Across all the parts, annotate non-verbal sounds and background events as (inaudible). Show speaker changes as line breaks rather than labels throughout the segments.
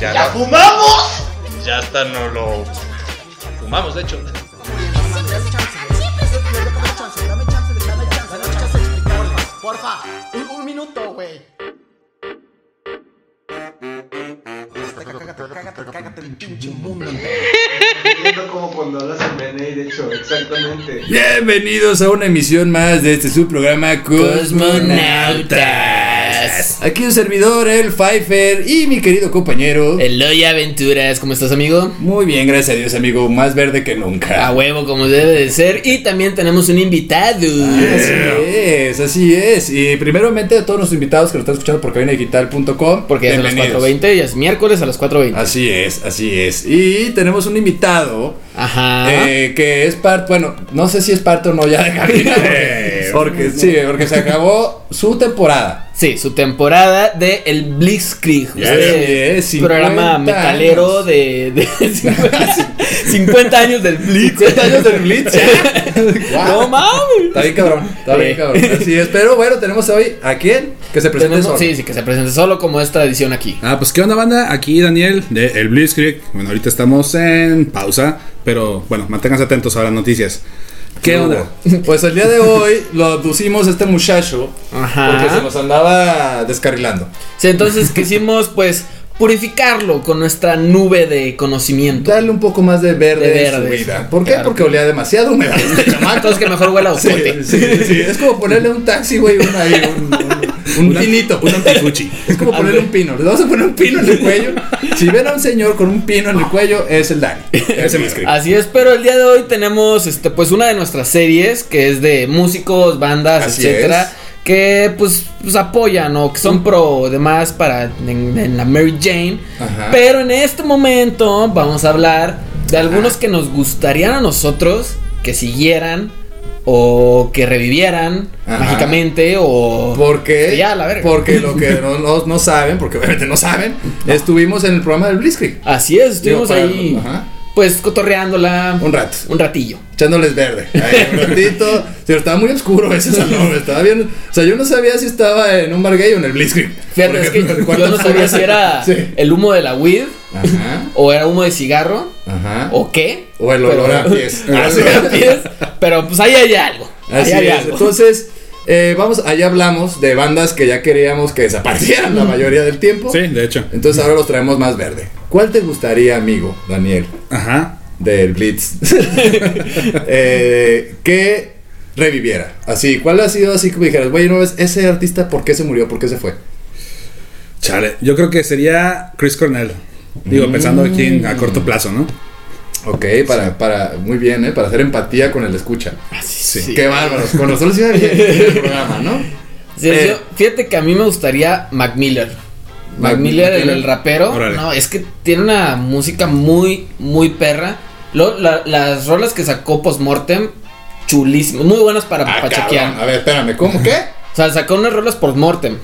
Ya,
¿Ya
no-
fumamos?
ya hasta no lo fumamos, de hecho.
Porfa, un, un minuto, güey. Cágate, cágate, cágate el pinche mundo.
Siento como cuando hablas en BNI, de hecho, exactamente.
Bienvenidos a una emisión más de este su programa Cosmonautas.
Cosmonautas.
Aquí un servidor, el Pfeiffer, y mi querido
Eh.
compañero.
Eloy Aventuras, ¿cómo estás, amigo?
Muy bien, gracias a Dios, amigo. Más verde que
Ah,
nunca.
A huevo, como debe de ser. Y también tenemos un invitado.
Así es, así es. Y primeramente a todos los invitados que nos están escuchando por cabinadigital.com.
Porque ya son las
bienvenidos.
4.20 y es miércoles a las 4.20.
Así es, así es. Y tenemos un invitado
Ajá.
eh, que es parte, bueno, no sé si es parte o no ya de
(laughs)
cabina. porque, porque- sí, porque se acabó su temporada.
Sí, su temporada de El Blitzkrieg.
Ya
este
es, 50
programa
años.
metalero de, de (laughs) 50, 50 años del Blitz.
50 años del Blitz, ya.
(laughs) No
Wow.
mames.
Está bien cabrón, está bien
Eh.
cabrón. Así es, pero bueno, tenemos hoy a quién que se presente
Tenemos-
solo.
sí, sí, que se presente solo como es tradición aquí.
Ah, pues qué onda banda, aquí Daniel de El Blitzkrieg. Bueno, ahorita estamos en pausa, pero bueno, manténganse atentos a las noticias.
(laughs)
¿Qué onda?
Pues el día de hoy lo abducimos a este muchacho
Ajá.
porque se nos andaba descarrilando.
Sí, entonces quisimos pues purificarlo con nuestra nube de conocimiento.
Darle un poco más de verde,
De
a su
verde,
vida.
sí,
¿Por qué?
claro.
Porque olía demasiado
(laughs)
humedad. este chamaco.
Entonces que mejor huela a
Sí,
ocote.
sí, sí, es como ponerle un taxi, güey, un, ahí, un, un- un pinito.
Un anticuchi.
es como ponerle un pino. Le vamos a poner un pino en el cuello. Si ven a un señor con un pino en el cuello, es el Dani.
Ese me escribe.
Así es, pero el día de hoy tenemos este pues una de nuestras series que es de músicos, bandas,
Así
etcétera.
es.
Que pues, pues, apoyan o que son pro demás para en, en la Mary Jane.
Ajá.
Pero en este momento vamos a hablar de algunos que nos gustarían a nosotros que siguieran o que revivieran
Ajá.
mágicamente o
Porque,
Sí, ya, la verga.
porque lo que no, no- no saben, porque obviamente no saben, estuvimos en el programa del Blitzkrieg.
Así es, estuvimos
Digo, para-
ahí
ajá.
pues cotorreándola
Un rato.
un ratillo.
echándoles verde. Ahí, un ratito. Pero estaba muy oscuro
(laughs)
ese salón. Estaba bien. O sea, yo no sabía si estaba en un bar gay o en el Blitzkrieg.
Fíjate,
Por
es que
ejemplo, el cuarto
yo no sabía
oscuro.
si era
(laughs) Sí.
el humo de la weed
Ajá.
o era humo de cigarro
Ajá. O,
o qué.
el olor
Pero-
a
(laughs)
pies.
Ah, sí,
(laughs)
a pies, Pero pues ahí hay algo.
Así
ahí hay
es.
algo.
Entonces. eh, vamos, allá hablamos de bandas que ya queríamos que desaparecieran la mayoría del tiempo.
Sí, de hecho.
Entonces ahora los traemos más verde. ¿Cuál te gustaría, amigo, Daniel,
Ajá.
del
(laughs)
Blitz? (laughs) Eh, que reviviera. Así, ¿cuál ha sido así como dijeras, güey, no ves, ese artista, ¿por qué se murió? ¿Por qué se fue?
Chale, yo creo que sería Chris Cornell. Digo,
Mm.
pensando aquí en- a corto plazo, ¿no?
Ok, para, para, muy bien, ¿eh? Para hacer empatía con el escucha.
Sí, sí.
Qué bárbaros, con nosotros iba bien el
(laughs)
programa, ¿no?
Sí,
Eh.
yo- fíjate que a mí me gustaría Mac Miller. Mac
Mac
Miller, el,
Miller.
el rapero.
Órale.
No, es que tiene una música muy, muy perra. Lo- la- las rolas que sacó postmortem, chulísimas. Muy buenas para
Ah,
pachequear.
cabrón. A ver, espérame, ¿cómo qué?
O sea, sacó unas rolas postmortem.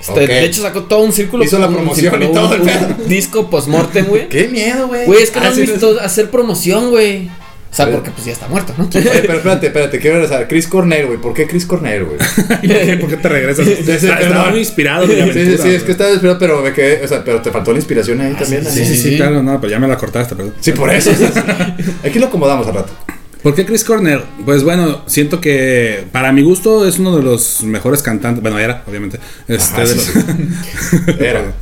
Este,
Ok.
De hecho, sacó todo un círculo.
Hizo la
un
promoción
círculo,
y todo
un-
el
un
pedo.
disco postmortem,
(laughs)
güey.
Qué miedo, güey.
Güey, es que no
Ah,
han
sí,
visto hacer promoción, güey. O sea,
Oye.
porque pues ya está muerto, ¿no?
(laughs) Oye, pero espérate, espérate, quiero regresar. Chris Cornell, güey. ¿Por qué Chris Cornell, güey?
(laughs) ¿Por qué te regresas?
Sí, sí,
Está- Estaba
perdón.
muy inspirado.
Sí,
en la
sí,
aventura,
sí, es que
güey.
estaba inspirado, pero me quedé, o sea, pero te faltó la inspiración ahí también.
Sí,
Sí,
sí, sí,
Sí.
claro, no, pero ya me la cortaste, perdón.
sí, por
(laughs)
eso. sí, sí. Aquí lo acomodamos al rato.
¿Por qué Chris Cornell? Pues bueno, siento que para mi gusto es uno de los mejores cantantes. Bueno, era, obviamente. Este,
Ajá,
de
sí,
los-
Era.
(laughs)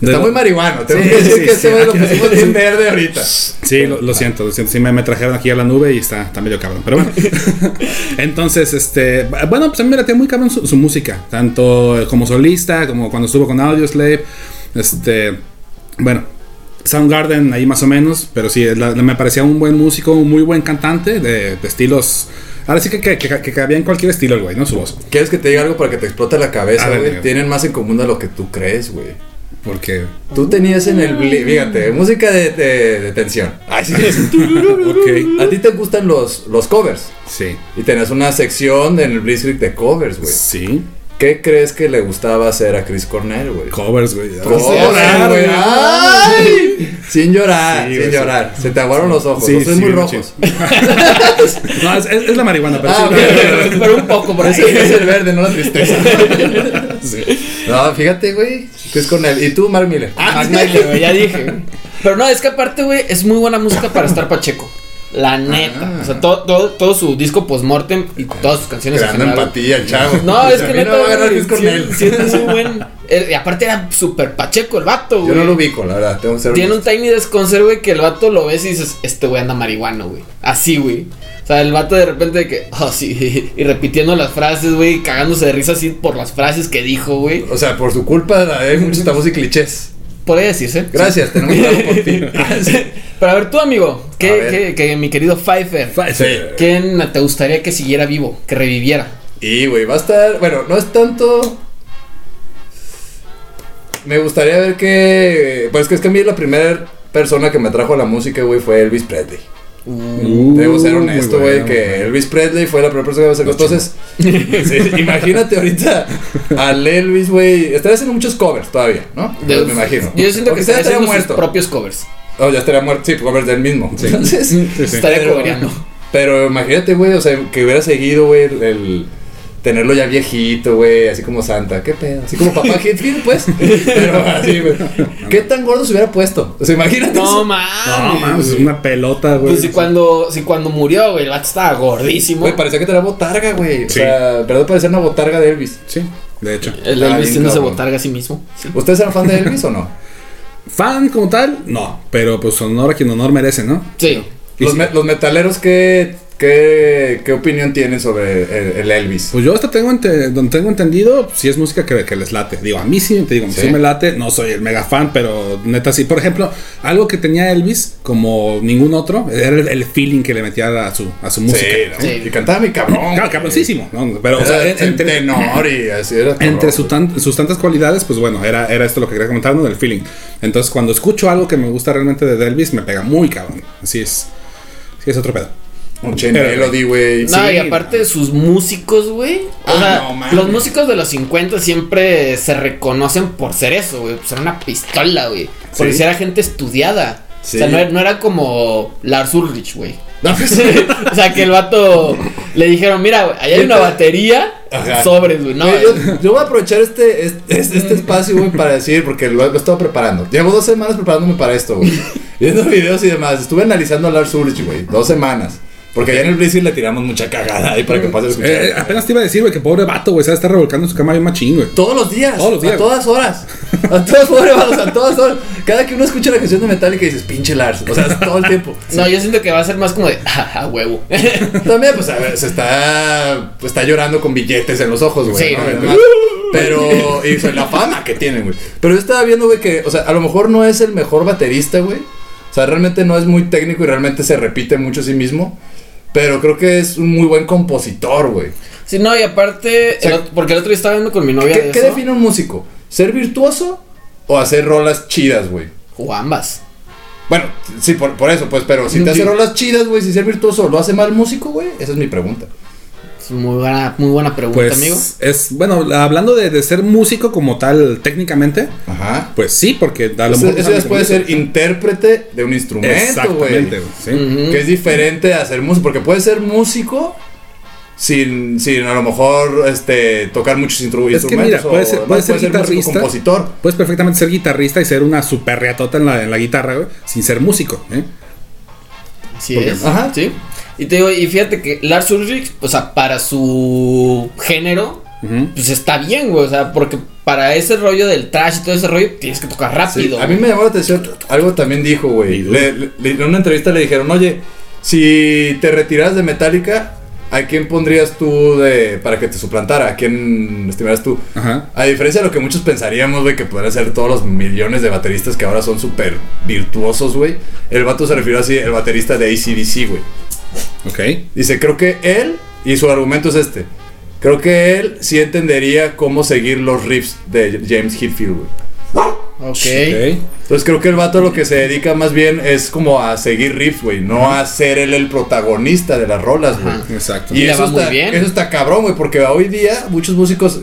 De
Está
lo-
muy marihuano. Tengo
Sí,
que decir
sí,
que
sí,
ese güey lo
aquí-
pusimos bien verde ahorita.
Sí, lo,
ah.
lo siento, lo siento. Sí, me, me trajeron aquí a la nube y está, está medio cabrón. Pero bueno. (laughs) Entonces, este. Bueno, pues a mí me latía muy cabrón su, su música. Tanto como solista, como cuando estuvo con Audioslave. Este. Bueno. Soundgarden ahí más o menos. Pero sí, la- la- me parecía un buen músico, un muy buen cantante. De, de estilos. Ahora sí que, que, que- que cabía en cualquier estilo el güey, ¿no? Su voz.
¿Quieres que te diga algo para que te explote la cabeza,
A ver,
güey?
dime.
Tienen más en común de lo que tú crees, güey.
Porque.
Tú tenías en el. bli- Fíjate, música de, de- de tensión. Ay, sí.
Ok.
A ti te gustan los, los covers.
Sí.
Y tenías una sección en el Blitzkrieg de covers, güey.
Sí.
¿Qué crees que le gustaba hacer a Chris Cornell, güey?
Covers, güey.
Pues, Cobrar, güey. Ah, ¡Ay! Sin llorar,
Sí,
sin
güey,
llorar. Se te aguaron los ojos.
Sí,
los ojos
sí,
muy
no,
rojos.
No, es, es- es la marihuana, pero
Ah,
sí.
ok.
Pero un poco por ahí.
(laughs)
Ese (laughs) es el verde, no la tristeza.
Sí.
No, fíjate, güey. Chris Cornell. Y tú, Mark Miller.
Mac Miller, "Ah, güey, ya dije. Pero no, es que aparte, güey, es muy buena música para estar pacheco. La
Ah.
neta. O sea, todo, todo, todo su disco postmortem y todas sus canciones en
Gran
general.
empatía, chavo.
No,
(laughs)
es
A
que
mí
neta,
no va a agarrar
güey,
Chris Cornell.
sí- sí
(laughs)
es un buen. eh, Y aparte era súper pacheco el vato, güey.
Yo no lo ubico, la verdad. Tengo que ser
Tiene un
honesto.
tiny desconcert, güey, que el vato lo ves y dices, este güey anda marihuano, güey. Así, güey. O sea, el vato de repente de que, oh, sí, (laughs) y repitiendo las frases, güey, cagándose de risa así por las frases que dijo, güey.
O sea, por su culpa
(laughs)
hay muchos tabús y clichés.
Podría decirse.
Gracias, tenemos algo por
(laughs)
ti.
¿eh? Ah, Pero a ver, tú, amigo,
A
que,
ver.
que, que mi querido Pfeiffer,
Sí.
¿quién te gustaría que siguiera vivo, que reviviera?
Y, güey, va a estar. Bueno, no es tanto. Me gustaría ver que. Pues que es que a mí la primera persona que me atrajo a la música, güey, fue Elvis Presley. Debo ser honesto,
Uh, muy
güey,
bueno,
que
güey.
Elvis Presley fue la primera persona que me acercó. Entonces, (laughs) sí, imagínate
(laughs)
ahorita al Elvis, güey. Estaría haciendo muchos covers todavía, ¿no?
Yo-
me imagino.
Yo siento
Porque
que
ya estaría
estaría haciendo sus
muerto. (laughs)
propios covers.
Oh, ya estaría muerto. Sí, covers del mismo. Entonces,
sí.
Estaría
Pero-
cobereando.
Pero imagínate, güey, o sea, que hubiera seguido, güey, el, el tenerlo ya viejito, güey, así como Santa, qué pedo, así como
(laughs)
papá Hitler, pues. Pero así, güey. ¿Qué tan gordo se hubiera puesto? O sea, imagínate.
No
eso.
No,
mames.
mames, es una pelota, güey.
Pues si cuando, si cuando murió, güey, el vato estaba gordísimo.
Güey, parecía que tenía botarga, güey. O
Sí.
sea, verdad parecía una botarga de Elvis.
Sí, de hecho.
el
Ah, bien
Elvis tiéndose
cabrón.
botarga a sí mismo. Sí.
¿Ustedes eran fan de Elvis o
(laughs)
no?
Fan como tal, no. Pero pues honor a quien honor merece, ¿no?
Sí.
Y
Los,
sí.
me- los metaleros, ¿qué, qué, qué opinión tienen sobre el, el Elvis?
Pues yo hasta tengo, ente- donde tengo entendido, si es música que, que les late. Digo, a mí sí, te digo,
Sí.
sí me late. No soy el mega fan, pero neta sí. Por ejemplo, algo que tenía Elvis, como ningún otro, era el, el feeling que le metía a su, a su Pues, música.
¿no?
Sí.
Y cantaba mi cabrón.
Claro, cabroncísimo, ¿no? Pero, o sea,
Era
en- entre,
tenor y así era.
entre
cabrón.
su tan- sus tantas cualidades, pues bueno, era, era esto lo que quería comentar, ¿no? Del feeling. Entonces, cuando escucho algo que me gusta realmente de Elvis, me pega muy cabrón. Así es. Así es otro pedo.
Un chain melody, güey.
No,
Sí.
y aparte de sus músicos, güey. O
Ah,
sea,
no mames.
los músicos de los 50 siempre se reconocen por ser eso, güey. Pues era una pistola, güey. Porque
Sí.
si era gente estudiada.
Sí.
O sea, no era, no era como Lars Ulrich, güey. (laughs)
No, (laughs) pues,
o sea, que el vato le dijeron, mira, güey, allá hay una batería,
Ajá.
sobres, güey. No,
Ah,
Güey, yo, yo voy a aprovechar este, este, este espacio, güey, para decir, porque lo, lo he estado preparando. Llevo dos semanas preparándome para esto,
(laughs)
güey. Viendo videos y demás. Estuve analizando a Lars Ulrich, güey. Dos semanas. Porque allá en el Blizzard le tiramos mucha cagada ahí para que pase a escuchar.
Eh, eh, apenas te iba a decir, güey, que pobre vato, güey, se está revolcando en su cama bien machín, güey.
Todos los días.
Todos los días.
A todas horas. A todas horas, a todas horas. Cada que uno escucha la canción de Metallica dices, pinche Lars. O sea, es todo el tiempo.
No, yo siento que va a ser más como de, (laughs) jaja, huevo.
También, pues, a ver, se está, pues, está llorando con billetes en los ojos, güey.
Sí,
¿no?
güey.
Además, Pero, y fue la fama que tienen, güey. Pero yo estaba viendo, güey, que, o sea, a lo mejor no es el mejor baterista, güey. O sea, realmente no es muy técnico y realmente se repite mucho a sí mismo. Pero creo que es un muy buen compositor, güey.
sí, no, y aparte,
O sea,
el otro- porque el otro día estaba viendo con mi novia
¿Qué,
de
qué
eso.
define un músico? ¿Ser virtuoso o hacer rolas chidas, güey?
O ambas.
Bueno, sí, por, por eso, pues, pero si te hace
Sí.
rolas chidas, güey, si ser virtuoso lo hace mal músico, güey, esa es mi pregunta.
Es muy buena, muy buena pregunta,
Pues
amigo.
es, bueno, hablando de, de ser músico como tal técnicamente,
Ajá.
pues sí, porque a lo
Eso,
mejor-
eso ya puede ser intérprete de un instrumento, güey.
Exactamente, güey. sí.
Ujú.
Que es diferente a ser músico. Porque puedes ser músico sin, sin a lo mejor este, tocar muchos instru-
Es que
instrumentos.
mira, puede
o
ser-
demás.
puede ser
músico
guitarrista.
compositor.
Puedes perfectamente ser guitarrista y ser una super reatota en la, en la guitarra, güey, sin ser músico, ¿eh?
Así
Porque-
es.
Ajá.
Sí. Y te digo, y fíjate que Lars Ulrich, o sea, para su género,
Ujú.
pues está bien, güey. O sea, porque para ese rollo del trash y todo ese rollo, tienes que tocar
Sí,
rápido.
a mí me llamó la atención. Algo también dijo, güey.
Y
Le- le- le- En una entrevista le dijeron, oye, si te retiras de Metallica, ¿a quién pondrías tú de, para que te suplantara? ¿A quién estimarías tú?
Ajá.
A diferencia de lo que muchos pensaríamos, güey, que podrían ser todos los millones de bateristas que ahora son súper virtuosos, güey. El vato se refiere así, el baterista de ACDC, güey.
Ok.
Dice, creo que él, y su argumento es este, creo que él sí entendería cómo seguir los riffs de James Hetfield, güey.
Ok.
Entonces creo que el vato lo que se dedica más bien es como a seguir riffs, güey. No a ser él el protagonista de las rolas, güey.
Ajá.
Exacto.
Y- le va
eso
muy
está,
bien.
eso está cabrón, güey, porque hoy día muchos músicos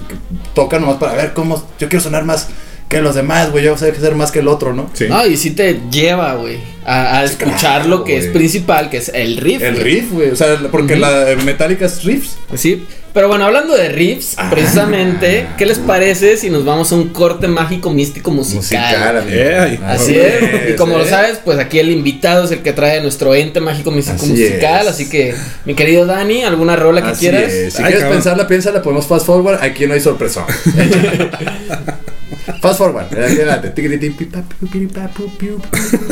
tocan nomás para ver cómo. Yo quiero sonar más que los demás, güey. Yo sé que ser más que el otro, ¿no?
Sí.
No, y sí te lleva, güey, a, a escuchar lo que
güey.
es principal, que es el riff.
El
güey.
riff, güey. O sea, porque
Ujú.
la eh, Metallica es riffs.
Sí. Pero bueno, hablando de riffs,
Ah.
precisamente, ¿qué les parece si nos vamos a un corte mágico, místico, musical?
amigo.
Eh,
Así es, y como lo sabes, pues aquí el invitado es el que trae nuestro ente mágico místico
Así
musical,
es.
así que, mi querido Dani, ¿alguna rola que
Así
quieras?
es. Si
Ay,
quieres
cabrón.
pensarla, piénsala, podemos fast forward. Aquí no hay sorpresa. fast forward. Adelante. Tiquititín, pi, pa, pi, pi, pa, pu, piu, pi, pi,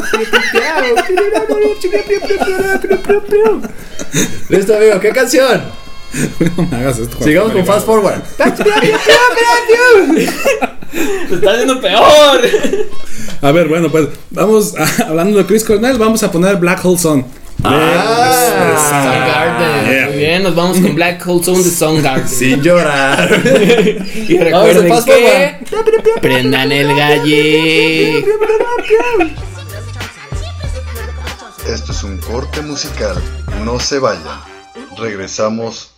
pi, piu. Listo, amigo. ¿Qué canción?
(laughs) No me hagas esto. cuando
Sigamos
estoy
con fast
averiguando.
forward. (laughs)
Te está haciendo peor.
A ver, bueno, pues vamos, a- (laughs) hablando de Chris Cornell, vamos a poner Black Hole Sun.
Ah,
Soundgarden.
yeah.
Muy bien, nos vamos con Black Hole Zone de Soundgarden.
Sin (laughs) llorar.
Y
Vamos,
recuerden
fast
que
forward.
prendan el galle.
Esto es un corte musical, no se vayan. Regresamos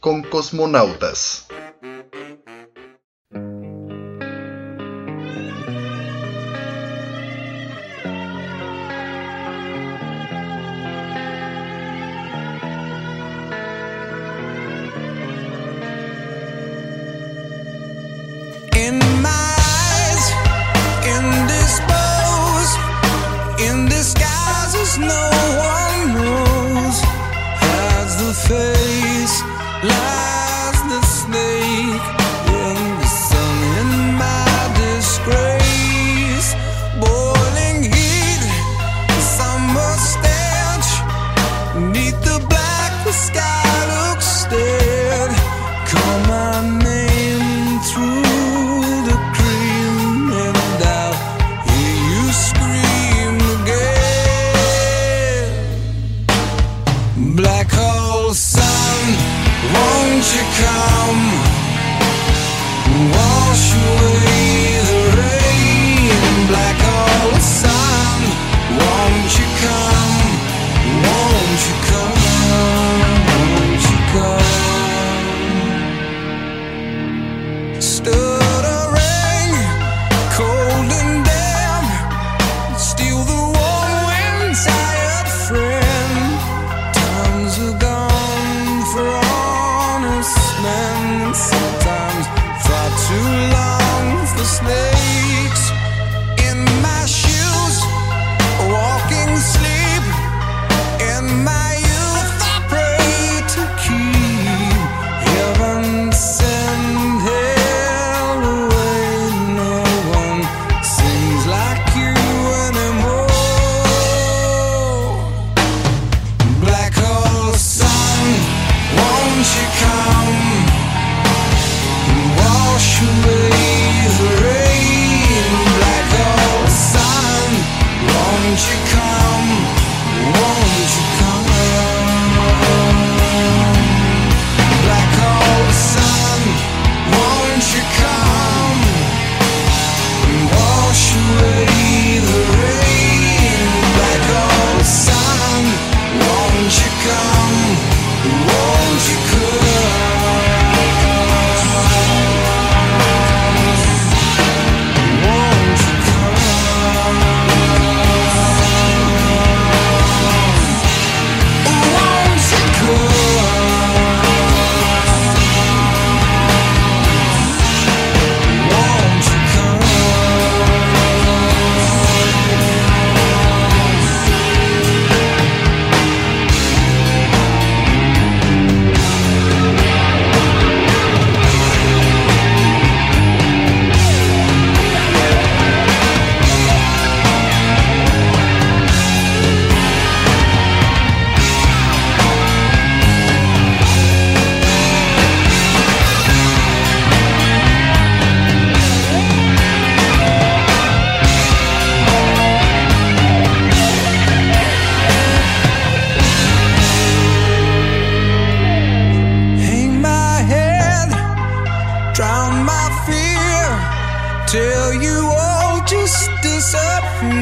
con Cosmonautas.
In my eyes, indisposed, in disguises no one knows. Hides the face, lies the snake, in the sun in my disgrace. Boiling heat, summer stench, neath the black the sky looks dead. Call my name through the cream, and I'll hear you scream again. Black hole sun, won't you come? Wash away the rain. Black hole sun, won't you come? Won't you come? Won't you come? Stood a ring, cold and damp. Steal the warm wind, tired friend. Times are gone for honest men. Sometimes far too long for snakes. In my shoes, walking sleep. In my youth, I pray to keep heaven send hell away. No one sings like you anymore. Black hole sun, won't you come? Wash away the rain. Black hole sun, won't you come? Won't you come? Black hole sun, won't you come? Wash away the rain. Black hole sun, won't you come? Won't you come? Won't you come? Won't you come? Won't you come? Hang my head, drown my fear, tell you all just disappear.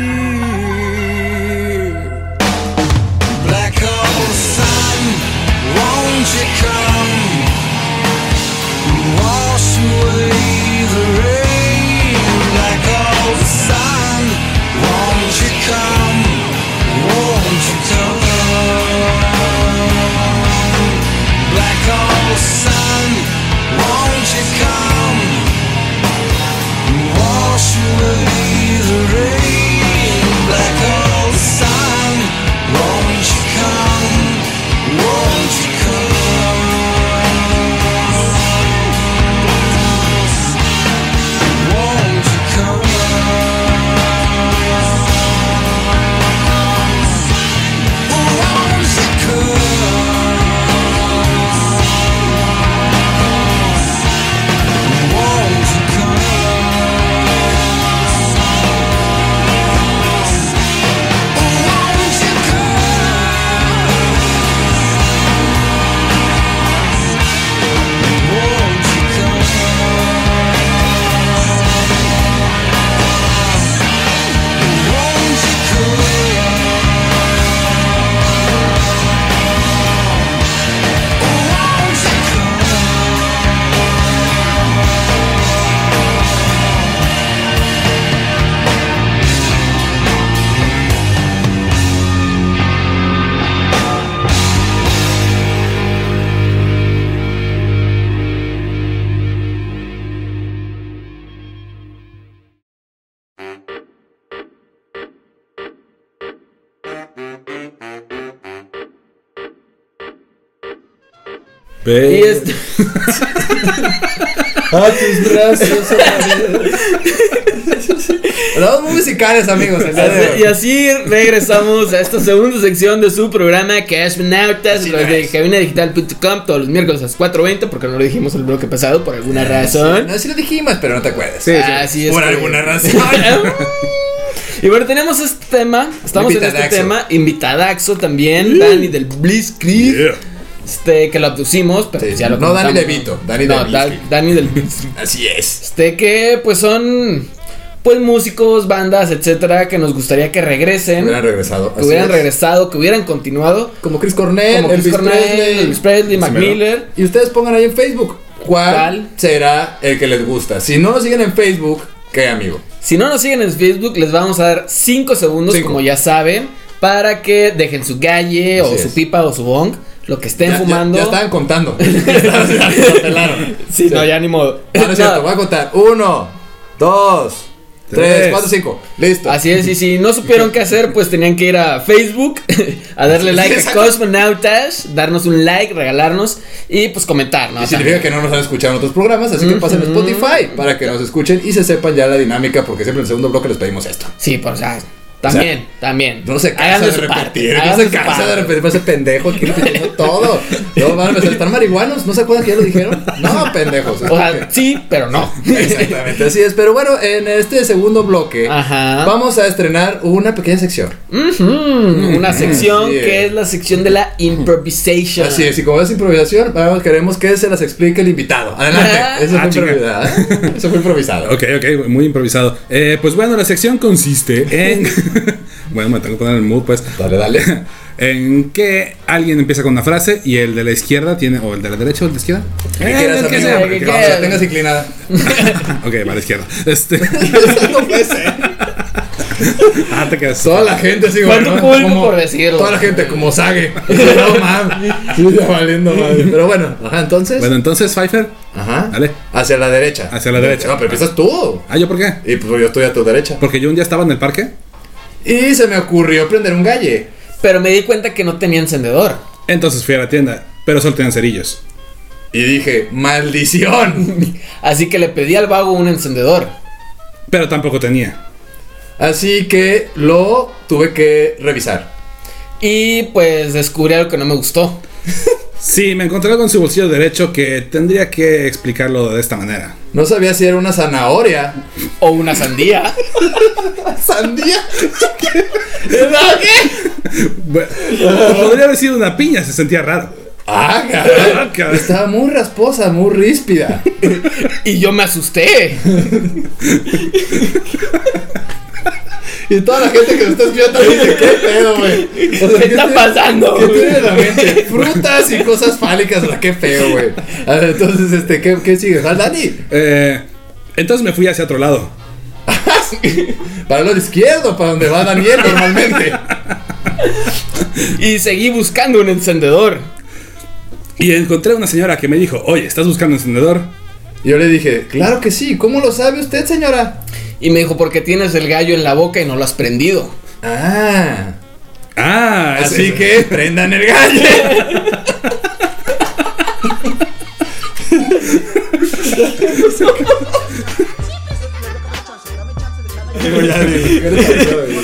Black hole sun, won't you come? Wash away the rain. Black hole sun, won't you come? Won't you come? Black hole sun, won't you come? Wash away the rain, black old sun. Won't you come? Won't you come? Won't you come? Won't you come? Won't you come? Won't you come? Won't you come?
Y este.
A tus brazos. Hablamos muy musicales, amigos. el día de hoy.
Así- y así regresamos a esta segunda sección de su programa Cashmanautas, los de cabinadigital.com, todos los miércoles a las 4.20, porque no lo dijimos el bloque pasado por alguna razón.
No, sí lo dijimos, pero no te acuerdas.
Sí, sí.
Así Ah, es.
Por
que- (laughs)
alguna razón.
y bueno, tenemos este tema, estamos en este
Invitadaxo.
tema, invitadaxo también, Dani del Blitzkrieg,
Yeah.
este, que lo abducimos, pero
Sí,
pues ya lo
no Dani
contamos.
Levito, Dani
No,
del
Da-
Blitzkrieg.
Dani del Blitzkrieg.
Ah, Así es.
Este que pues son pues músicos, bandas, etcétera, que nos gustaría que regresen,
Hubieran regresado.
que
así
hubieran
es.
regresado, que hubieran continuado.
Como Chris Cornell,
Como Chris
Elvis
Cornell,
Presley.
Elvis Presley, Mac
mero.
Miller.
Y ustedes pongan ahí en Facebook cuál,
¿Cuál?
será el que les gusta. Si no lo siguen en Facebook, ¿qué amigo?
Si no nos siguen en Facebook, les vamos a dar 5 segundos,
Cinco.
como ya saben, para que dejen su galle o
Así
su
es.
pipa o su bong, lo que estén
Ya- ya-
fumando.
Ya, estaban contando. (laughs) Ya (laughs) cancelaron.
Sí, no, ya ni modo.
Ah, no es
(laughs)
cierto, voy a contar. Uno, dos, tres,
Tres.
cuatro, cinco. Listo.
Así es, y si no supieron qué hacer, pues tenían que ir a Facebook, (laughs) a darle like a
Exacto.
Cosmonautas, darnos un like, regalarnos y pues comentar, ¿no?
Y significa que no nos han escuchado en otros programas, así que pasen a Spotify para que nos escuchen y se sepan ya la dinámica, porque siempre en el segundo bloque les pedimos esto.
Sí, pero o sea, también, también.
No se cansa
Hagan
de
su parte,
repetir, no
hagan
se
su
cansa
parte.
de repetir, ese pendejo aquí
(laughs)
repitiendo todo. No, van a empezar a estar marihuanos, ¿no se acuerdan que ya lo dijeron?
(laughs)
No, pendejos.
O sea, sí, pero no.
Exactamente, así es. Pero bueno, en este segundo bloque
Ajá.
vamos a estrenar una pequeña sección.
Ujú, Mm,
Mm,
Una sección
Así es.
que es la sección
(laughs)
de la improvisation.
eh. Así es, y como es improvisación, ahora queremos que se las explique el invitado.
Ah.
Adelante, eso
Ah,
fue
chinga.
improvisado. ¿eh? Eso fue improvisado.
Ok, ok, muy improvisado. Eh, pues bueno, la sección consiste en. (laughs) bueno, me tengo que poner en el mood, pues.
Dale,
Eh,
dale.
(laughs) En que alguien empieza con una frase y el de la izquierda tiene. O el de la derecha o el de la izquierda.
¿Qué
Eh,
quieras,
el que
amigo?
sea.
Que
que
no
quieras.
se tengas inclinada.
(laughs) Ok, va a la izquierda. Este.
Eso no puede ser.
(laughs) ah, te quedas.
Toda la gente así, güey.
Falta
¿no?
un público por decirlo.
Toda la gente como sague. (laughs) No mames. Sí, ya valiendo madre. Pero bueno, ajá, entonces.
Bueno, entonces, Pfeiffer.
ajá.
Dale.
Hacia la derecha.
Hacia la derecha.
No, pero empiezas tú.
Ah, ¿yo por qué?
Y pues yo estoy a tu derecha.
Porque yo un día estaba en el parque.
Y se me ocurrió prender un galle.
Pero me di cuenta que no tenía encendedor.
Entonces fui a la tienda, pero solo tenían cerillos.
Y dije, maldición.
(laughs) Así que le pedí al vago un encendedor.
Pero tampoco tenía.
Así que lo tuve que revisar.
Y pues descubrí algo que no me gustó.
Sí, me encontré con su bolsillo derecho que tendría que explicarlo de esta manera.
No sabía si era una zanahoria.
O
(laughs)
una sandía.
¿Sandía?
Bueno, (laughs) podría haber sido una piña, se sentía raro.
¡Ah, caray!
Ah, caray.
Estaba muy rasposa, muy ríspida. (laughs)
Y yo me asusté.
Y toda la gente que nos está escuchando dice, ¿qué pedo, güey? O sea,
¿Qué está
tiene-
pasando,
¿Qué
güey?
tiene en la mente? Frutas y cosas fálicas, o sea, qué feo, güey. A ver, entonces, este, ¿qué, qué sigue? Ah, Dani? (laughs)
Eh, entonces me fui hacia otro lado.
Para el lado izquierdo, para donde va Daniel normalmente.
Y seguí buscando un encendedor.
Y encontré una señora que me dijo, oye, ¿estás buscando encendedor?
Y yo le dije, claro que sí, ¿cómo lo sabe usted, señora?
Y me dijo, porque tienes el gallo en la boca y no lo has prendido.
Ah,
Ah, es-
así
es-
que prendan el gallo. Digo, ya, güey.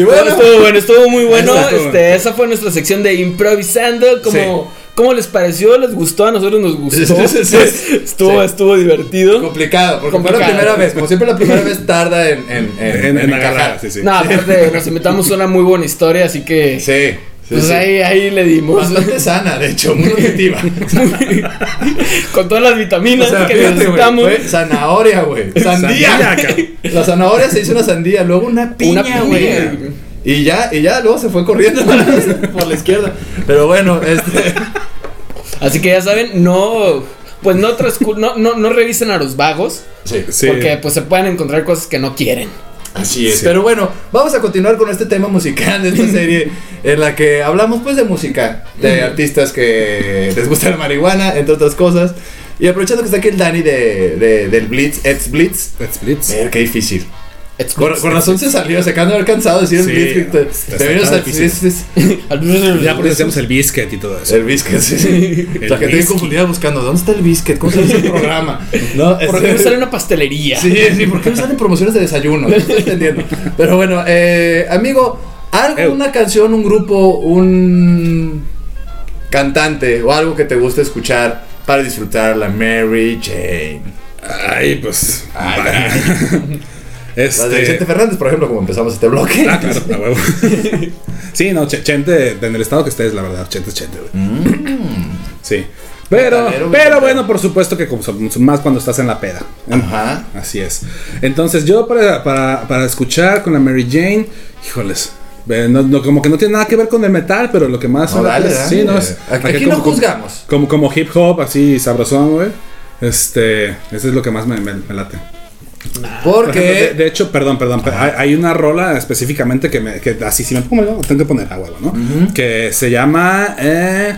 y
Bueno,
bueno, (laughs)
estuvo bueno, estuvo muy bueno.
Ahí está, estuvo
Este, esa fue nuestra sección de improvisando. Como, ¿Cómo les pareció? ¿Les gustó? A nosotros nos gustó.
(laughs) Sí, sí, sí.
Estuvo, estuvo divertido.
complicado, porque fue la
Complicado.
primera vez. Como siempre, la primera vez tarda en, en, en,
en, en
en
agarrar,
encajar.
sí, sí.
No, aparte, nos inventamos una muy buena historia, así que.
Sí, sí,
pues
sí.
Ahí, ahí le dimos.
Bastante sana, de hecho, muy nutritiva.
(laughs) Con todas las
O
vitaminas
sea,
que
fíjate, güey,
necesitamos.
fue zanahoria, güey.
Sandía,
Sandía.
cabrón.
la zanahoria se hizo una sandía, luego una piña,
piña.
güey. Y ya, y ya, luego se fue corriendo (laughs) por la izquierda. Pero bueno, este.
Así que ya saben, no. Pues no, transcu- no, no, no revisen a los vagos.
(laughs) Sí,
Sí.
Porque pues se pueden encontrar cosas que no quieren.
así es.
Sí.
Pero bueno, vamos a continuar con este tema musical de esta (laughs) serie en la que hablamos pues de música, de artistas que les gusta la marihuana, entre otras cosas. Y aprovechando que está aquí el Dani de, de- del Blitz, ex Blitz.
Let's blitz.
Ver, qué difícil.
It's-
Con,
(laughs)
con razón se salió, se acaban de haber cansado de decir
Sí,
el Blitz.
está-
Te,
está
te vino hasta-
difícil.
es- es-
Ya porque hacemos el biscuit y todo eso.
El biscuit, sí. (laughs)
El
La gente bien
biscuit.
confundida buscando, ¿dónde está el biscuit? ¿Cómo se llama (laughs) ese programa? No,
¿Por qué
este-
no sale una pastelería?
Sí, sí, ¿por qué no salen promociones de desayuno? No estoy entendiendo. Pero bueno, eh, amigo,
Eh.
algo, una canción, un grupo, un cantante o algo que te guste escuchar para disfrutar la Mary Jane.
Ay, pues.
Ay,
va. (laughs)
La de Vicente
este.
Fernández, por ejemplo, como empezamos este bloque.
Ah, claro, a huevo. (laughs) Sí, no, Ch- Chente, en el estado que estés, la verdad, Chente es Chente, güey. Sí. Pero,
Metalero, Mm. güey.
pero bueno, por supuesto que como- más cuando estás en la peda.
Ajá.
Así es. Entonces, yo para, para, para escuchar con la Mary Jane, híjoles. eh, no- no, como que no tiene nada que ver con el metal, pero lo que más.
No,
suena,
dale,
pues,
dale.
sí, no es.
Aquí-
acá
aquí no juzgamos.
Como, como hip hop, así sabrosón, güey. Este. Ese es lo que más me, me- me late. Ah, Por ejemplo, de,
Porque.
de hecho, perdón, perdón. pero Hay, hay una rola específicamente que, me, que así si me pongo, me lo tengo que poner a huevo, ¿no? Que se llama. Eh,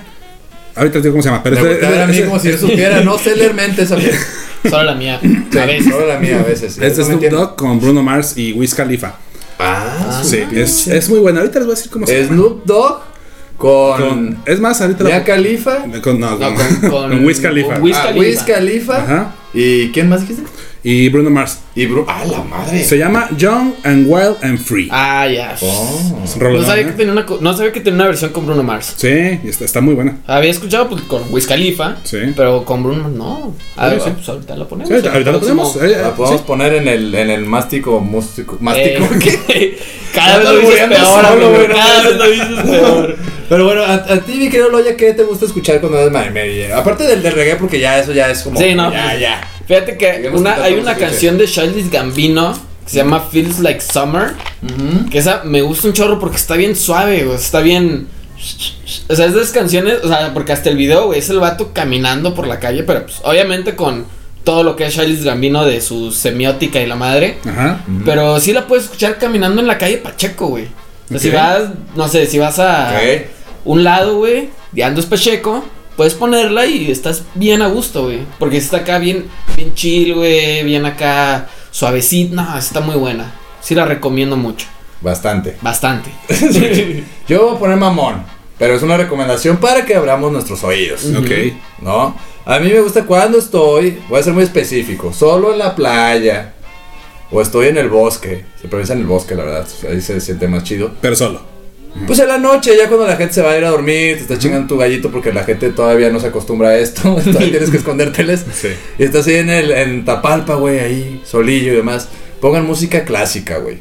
ahorita te digo cómo se llama, pero
Me
este-
volteaba a mí
ese-
como si yo supiera, no sé leer mente
(laughs)
esa mierda.
Solo la mía. A
Sí,
veces.
solo la mía a veces.
es de
No me
Snoop
entiendo.
Dogg con Bruno Mars y Wiz Khalifa.
Ah,
Sí, es, es muy buena. Ahorita les voy a decir cómo se llama.
Snoop Dogg con,
Con- es más, ahorita
Ya Khalifa,
Con, no,
No,
con,
con, con,
con Wiz Khalifa.
con Wiz
ah,
Khalifa.
Wiz Khalifa
Ajá.
y ¿quién más dijiste?
Y Bruno Mars.
Y Bru ah la madre.
Se llama Young and Wild and Free.
Ah, ya.
Oh.
Es un rolón,
No sabía, que
¿eh?
tenía una, co- no sabía que tenía una versión con Bruno Mars.
Sí, y está, está muy buena.
Había escuchado pues, con Wiz Khalifa,
Sí.
pero con Bruno no. A
Sí,
ver,
sí.
pues ahorita lo ponemos.
Sí, ahorita- ahorita lo
Próximo.
tenemos. Eh, eh,
La podemos
sí.
poner en el en el mástico mústico, mástico. (laughs)
Eh, (laughs) cada vez
Ando
lo dices
muriendo
peor,
solo,
amigo,
güey, no
Cada
puede
vez lo dices peor.
Pero bueno, a, a ti mi querido Loya, ¿qué te gusta escuchar cuando eres Mary Mary? Aparte del, del reggae porque ya eso ya es como
Sí, no.
ya ya.
Fíjate que
Digamos
una,
que
hay
todo
una
se escuche.
canción de Childish Gambino que se llama Feels Like Summer. Que esa me gusta un chorro porque está bien suave, güey, Está bien. O sea, es de esas canciones. O sea, porque hasta el video, güey, es el vato caminando por la calle. Pero pues, obviamente con todo lo que es Childish Gambino de su semiótica y la madre.
Ajá.
Pero sí la puedes escuchar caminando en la calle Pacheco, güey. O sea, si
Ok.
vas, no sé, si vas a
Ok.
un lado, güey, y andas Pacheco, puedes ponerla y estás bien a gusto, güey. Porque está acá bien, bien chill, güey, bien acá suavecita. No, está muy buena. Sí la recomiendo mucho.
Bastante. (laughs)
Bastante.
Yo voy a poner mamón, pero es una recomendación para que abramos nuestros oídos.
Ok.
¿No? A mí me gusta cuando estoy, voy a ser muy específico, solo en la playa o estoy en el bosque. Se piensa en el bosque, la verdad, ahí se siente más chido.
Pero solo.
Pues en la noche, ya cuando la gente se va a ir a dormir, te está chingando tu gallito porque la gente todavía no se acostumbra a esto, (laughs) todavía tienes que escondérteles.
Sí.
Y estás ahí en, el, en Tapalpa, güey, ahí, solillo y demás. Pongan música clásica, güey.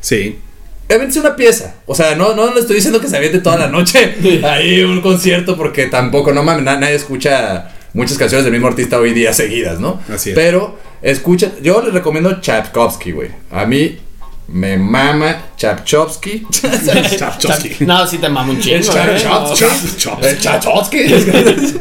Sí.
(laughs)
Aviéntese una pieza. O sea, no, no le estoy diciendo que se aviente toda la noche ahí un concierto, porque tampoco, no mames, na- nadie escucha muchas canciones del mismo artista hoy día seguidas, ¿no?
Así es.
Pero escuchen, yo les recomiendo Tchaikovsky, güey. A mí Me mama Chapchopsky.
Chapchowski.
No, Eh, sí te mamo un chingo.
El
eh, no.
Chapchopsky. El (laughs) Chapchopsky.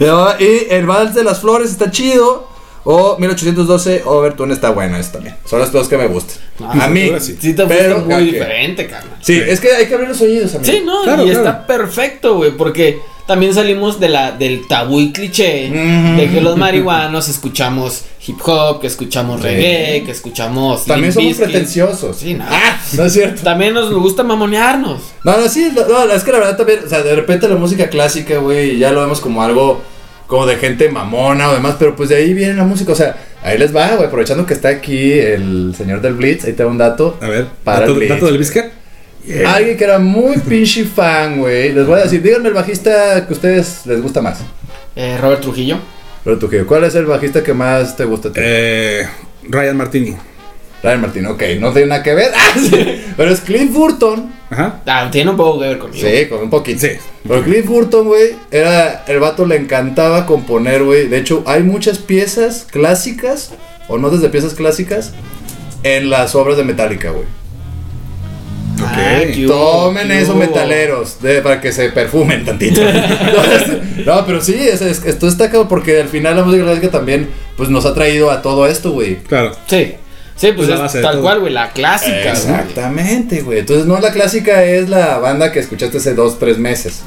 No, y el Vals de las Flores está chido. O 1812 Overton está bueno, eso también. Son las dos que me gustan.
Ah,
a mí.
ahora sí.
Sí te
pero
gusta muy
caqué.
diferente, carnal.
Sí, es que hay que abrir los oídos, amigo.
Sí, no, y
Claro, claro.
está perfecto, güey, porque también salimos de la, del tabú y cliché
Ujú.
de que los marihuanos escuchamos hip hop, que escuchamos reggae, que escuchamos.
También
Limp
somos
Bizkit.
pretenciosos.
Sí, no.
Ah, no es cierto.
También nos gusta mamonearnos.
(laughs) No, no, sí, no, no, es que la verdad también, o sea, de repente la música clásica, güey, ya lo vemos como algo como de gente mamona o demás, pero pues de ahí viene la música, o sea, ahí les va, güey, aprovechando que está aquí el señor del Blitz, ahí te da un dato.
A ver,
Para
dato,
el Blitz.
dato del Vizca.
Alguien que era muy (laughs) pinche fan, güey, les voy a decir, díganme el bajista que a ustedes les gusta más.
Eh, Robert Trujillo.
Pero tú, ¿qué? ¿cuál es el bajista que más te gusta a ti?
Eh, Ryan Martini.
Ryan Martín, ok, no tiene nada que ver, (laughs) Ah, sí. pero es Cliff Burton.
Ajá.
Ah, tiene un poco que ver conmigo.
Sí, con un poquito.
Sí.
Pero Cliff Burton, güey, era. El vato le encantaba componer, güey. De hecho, hay muchas piezas clásicas, o notas de piezas clásicas, en las obras de Metallica, güey.
Ah,
Ok.
qué hubo,
Tomen
qué
eso,
hubo.
metaleros, de- para que se perfumen
(laughs)
tantito. (laughs) Entonces, no, pero sí, es, es- esto está cabrón, porque al final la música clásica también, pues nos ha traído a todo esto, güey.
Claro.
Sí. Sí, pues
la
es
base de
tal
todo.
cual, güey, la clásica. Exacto.
Exactamente, güey. Entonces, no, la clásica es la banda que escuchaste hace dos, tres meses.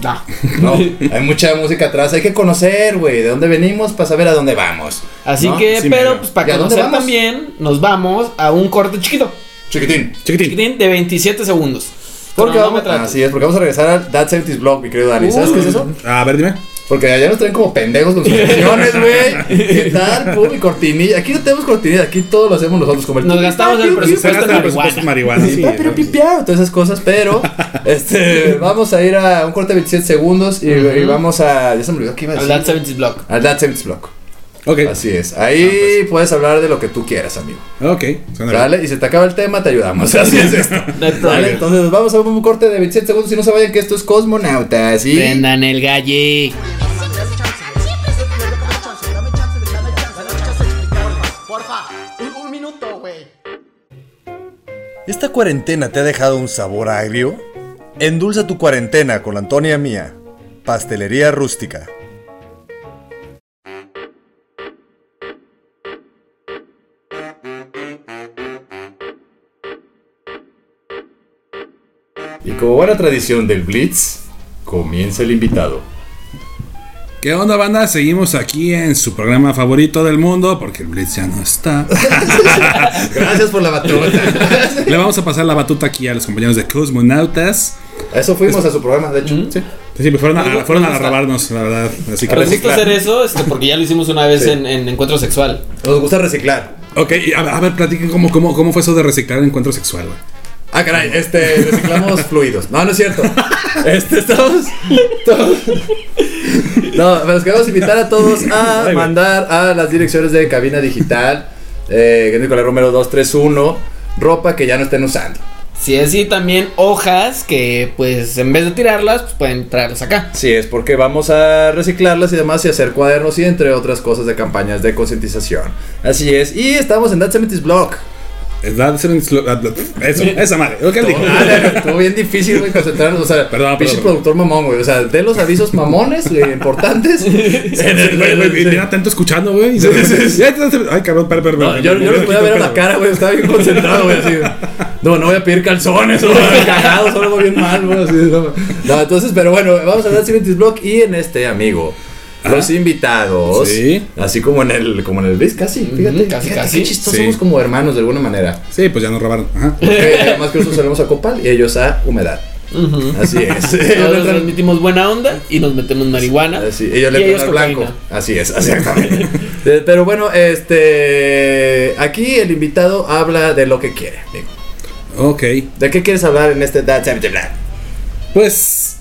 No, hay mucha música atrás, hay que conocer, güey, de dónde venimos para saber a dónde vamos.
Así
¿No?
que,
Sí,
pero
mero.
pues para
¿Y a dónde
conocer
vamos?
también, nos vamos a un corte chiquito.
Chiquitín.
Chiquitín.
Chiquitín de 27 segundos.
Porque
no,
vamos, así es, porque vamos a regresar al That 70 Blog, mi querido Dani. ¿Sabes qué es eso?
A ver, dime.
Porque allá nos traen como pendejos con sus canciones, güey. ¿Qué tal? Pum, y cortinilla. Aquí no tenemos cortinilla, aquí todo lo hacemos nosotros como el
Nos gastamos el
Se
presupuesto. Supuesto
gasta el presupuesto en marihuana.
pues, Sí,
sí,
pa, Ah, pero
¿no?
pipiado, todas esas cosas, pero este, vamos a ir a un corte de 27 segundos y, y vamos a. Ya se me olvidó qué iba a
Al
decir.
That 70 Block.
Al That 70 Blog.
Ok.
Así es. Ahí puedes hablar de lo que tú quieras, amigo.
Ok. Suena bien.
Dale, y si te acaba el tema, te ayudamos. (laughs) Así es esto.
Dale.
Dale, entonces nos vamos a un corte de 27 segundos y no se vayan que esto es Cosmonautas. Y...
Prendan el galle.
Dame chance de dame chance, dame chance de explicarme. Porfa, un, un minuto, güey.
¿Esta cuarentena te ha dejado un sabor agrio? Endulza tu cuarentena con la Antonia Mía, Pastelería Rústica.
Y como buena tradición del Blitz, comienza
(laughs)
el invitado.
¿Qué onda, banda? Seguimos aquí en su programa favorito del mundo, porque el Blitz ya no
(laughs)
está.
Gracias por la batuta.
Le vamos a pasar la batuta aquí a los compañeros de Cosmonautas.
Eso fuimos a su programa, de hecho. Sí.
Sí, me fueron a, fueron a robarnos, la verdad. Así que. pues,
Pero me gusta
Reciclar.
hacer eso este, porque ya lo hicimos una vez
Sí.
en, en Encuentro Sexual.
Nos gusta reciclar.
Ok, y a, a ver, platiquen cómo, cómo, cómo fue eso de reciclar el encuentro sexual, güey.
Ah, caray, este, (laughs) reciclamos fluidos. No, no es cierto. Este, estamos. estamos- No, pero los queremos invitar a todos a
Ay, güey.
mandar a las direcciones de cabina digital, eh, Nicolás Romero 231, ropa que ya no estén usando.
Si es y también hojas que, pues, en vez de tirarlas, pues pueden traerlas acá.
Sí, es porque vamos a reciclarlas y demás y hacer cuadernos y entre otras cosas de campañas de concientización. Así es. Y estamos en That 70's Blog.
Es that seven slo- ah, blah, Eso, esa madre. Lo que él dijo.
(laughs) Ah,
(laughs)
Estuvo bien difícil, güey, concentrarnos. O sea,
Perdón,
pinche
perdón.
productor mamón, güey. O sea, de los avisos mamones, eh, (laughs) importantes.
Güey, güey, bien atento escuchando, güey. y de repente- (laughs) Ay, cabrón, espera, espera,
No,
espera.
yo,
(laughs)
yo los podía ver a la cara, güey. Estaba bien concentrado, güey. Así. No, no voy a pedir calzones o cagados o algo bien mal, güey. así, no. No, entonces, pero bueno, vamos a ver Siguientes Block y en este, amigo. Los invitados.
Sí.
Así como en el, como en el Blitz, casi. Fíjate,
casi,
fíjate
casi.
Qué chistoso.
Sí.
Somos como hermanos de alguna (laughs) manera.
Sí, pues ya nos robaron. Ajá.
Eh, Además que nosotros salimos a Copal y ellos a Humedad. Así es.
(laughs)
(laughs)
Nosotros transmitimos buena onda y nos metemos marihuana.
Así, Eh, Ah, ellos le
y
ponen
ellos
al
cocaína.
blanco. Así es, exactamente. (laughs) Eh, Pero bueno, este. Aquí el invitado habla de lo que quiere. digo.
Ok.
¿De qué quieres hablar en este That's Everything Black?
Pues.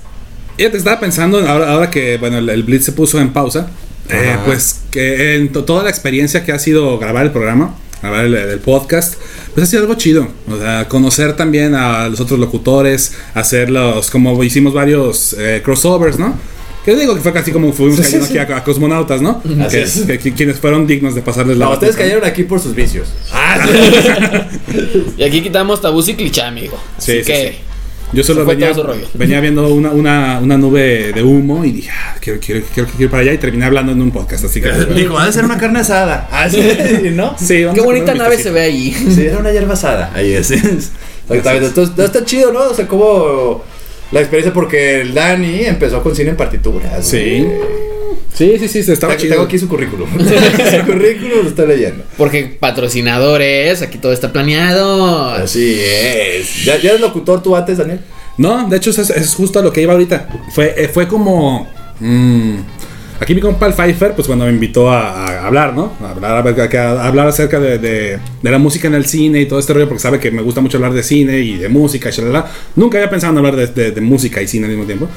Ya te estaba pensando, ahora, ahora que bueno, el, el Blitz se puso en pausa. eh, pues que en to- toda la experiencia que ha sido grabar el programa, grabar el, el podcast, pues ha sido algo chido. O sea, conocer también a los otros locutores, hacerlos, como hicimos varios eh, crossovers, ¿no? Que digo que fue casi como fuimos
Sí, sí,
cayendo
sí.
aquí a, a cosmonautas, ¿no?
Así
que,
es.
que- que quienes fueron dignos de pasarles la
No,
batuta.
ustedes cayeron aquí por sus vicios. Ah, sí.
Y aquí quitamos tabús y cliché, amigo.
Sí,
Así
sí,
que.
sí. Yo solo
Se fue
venía,
todo su rollo. (laughs)
venía viendo una, una, una nube de humo y dije, ah, quiero, quiero, quiero, quiero ir para allá y terminé hablando en un podcast,
(laughs)
así que...
(laughs) Dijo, ha de ser una carne asada. (laughs) Ah, sí, ¿no?
Sí, vamos
Qué
a comer
bonita
un
nave
vistacito.
se ve ahí.
Sí, era una hierba asada. Ahí (laughs) es. Exactamente. Entonces, está chido, ¿no? O sea, como la experiencia, porque el Dani empezó con cine en partituras.
Sí.
güey.
Sí, sí, sí, se estaba
Tengo,
chido.
tengo aquí su currículum. (laughs) su currículum lo estoy leyendo.
(laughs) Porque patrocinadores, aquí todo está planeado.
Así es. ¿Ya, ya eres locutor tú antes, Daniel?
No, de hecho, eso es, es justo a lo que iba ahorita. Fue, eh, fue como. mm, aquí mi compa el Pfeiffer, pues cuando me invitó a, a hablar, ¿no? A hablar, a ver- a- a hablar acerca de, de- de la música en el cine y todo este rollo, porque sabe que me gusta mucho hablar de cine y de música, y shalala. Nunca había pensado en hablar de, de- de música y cine al mismo tiempo.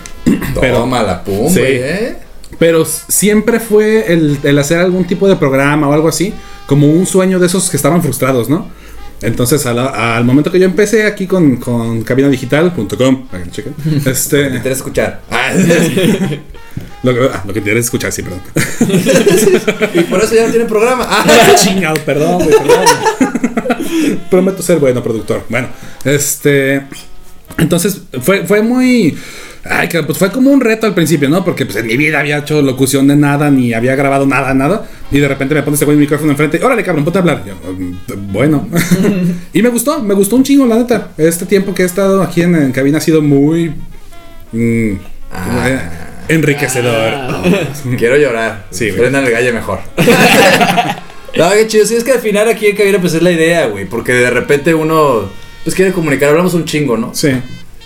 Pero-
Toma la pum,
Sí.
güey, ¿eh?
Pero s- siempre fue el, el hacer algún tipo de programa o algo así, como un sueño de esos que estaban frustrados, ¿no? Entonces, a la- al momento que yo empecé aquí con, con cabinadigital.com, para que lo chequen,
Me
este,
interesa escuchar. Ah,
(laughs) Lo que, ah, lo que te eres escuchar, sí, perdón.
y por eso ya no tienen programa. Ah,
(laughs) Chingado, perdón, güey, perdón. (laughs) Prometo ser bueno productor. Bueno, este. Entonces, fue, fue muy. Ay, que, pues fue como un reto al principio, ¿no? Porque pues en mi vida había hecho locución de nada, ni había grabado nada, nada. Y de repente me pone este güey el micrófono enfrente. y, Órale, cabrón, ponte a hablar. Yo, "Mm, bueno. (laughs) y me gustó, me gustó un chingo, la neta. Este tiempo que he estado aquí en, en cabina ha sido muy. mm, eh, enriquecedor.
Quiero llorar.
Sí, güey.
Prendan el gallo mejor. (laughs) no, qué chido. Sí, es que al final aquí en cabina pues es la idea, güey. Porque de repente uno pues quiere comunicar. Hablamos un chingo, ¿no?
Sí.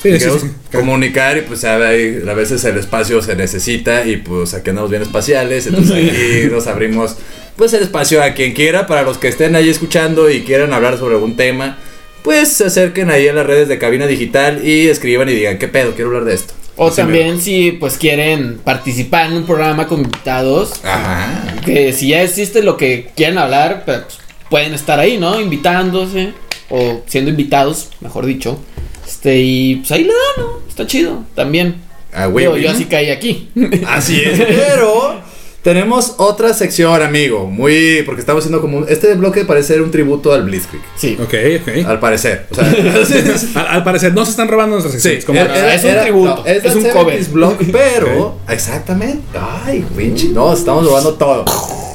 Sí, sí,
Queremos
sí.
comunicar y pues a ver, a veces el espacio se necesita y pues aquí andamos bien espaciales, entonces aquí nos abrimos pues el espacio a quien quiera, para los que estén ahí escuchando y quieran hablar sobre algún tema, pues se acerquen ahí a las redes de cabina digital y escriban y digan, ¿qué pedo? Quiero hablar de esto.
O
Sí,
también si pues quieren participar en un programa con invitados,
Ajá.
que si ya existe lo que quieren hablar, pero, pues, pueden estar ahí, ¿no? Invitándose o siendo invitados, mejor dicho. Este, y pues ahí le dan, ¿no? Está chido, también.
Ah, güey,
Digo,
güey,
yo
¿no?
así
(laughs)
caí aquí.
Así es. Pero tenemos otra sección, amigo, muy porque estamos haciendo como un- este bloque parece ser un tributo al Blitzkrieg,
Sí.
Ok, ok.
al parecer. O sea, (laughs)
(laughs) Al, al parecer, no se están robando nuestras secciones. como-
era- es un tributo,
es
es
un
un
cover.
cover.
Block, pero. Exactamente. Ay, pinche. No, estamos robando todo.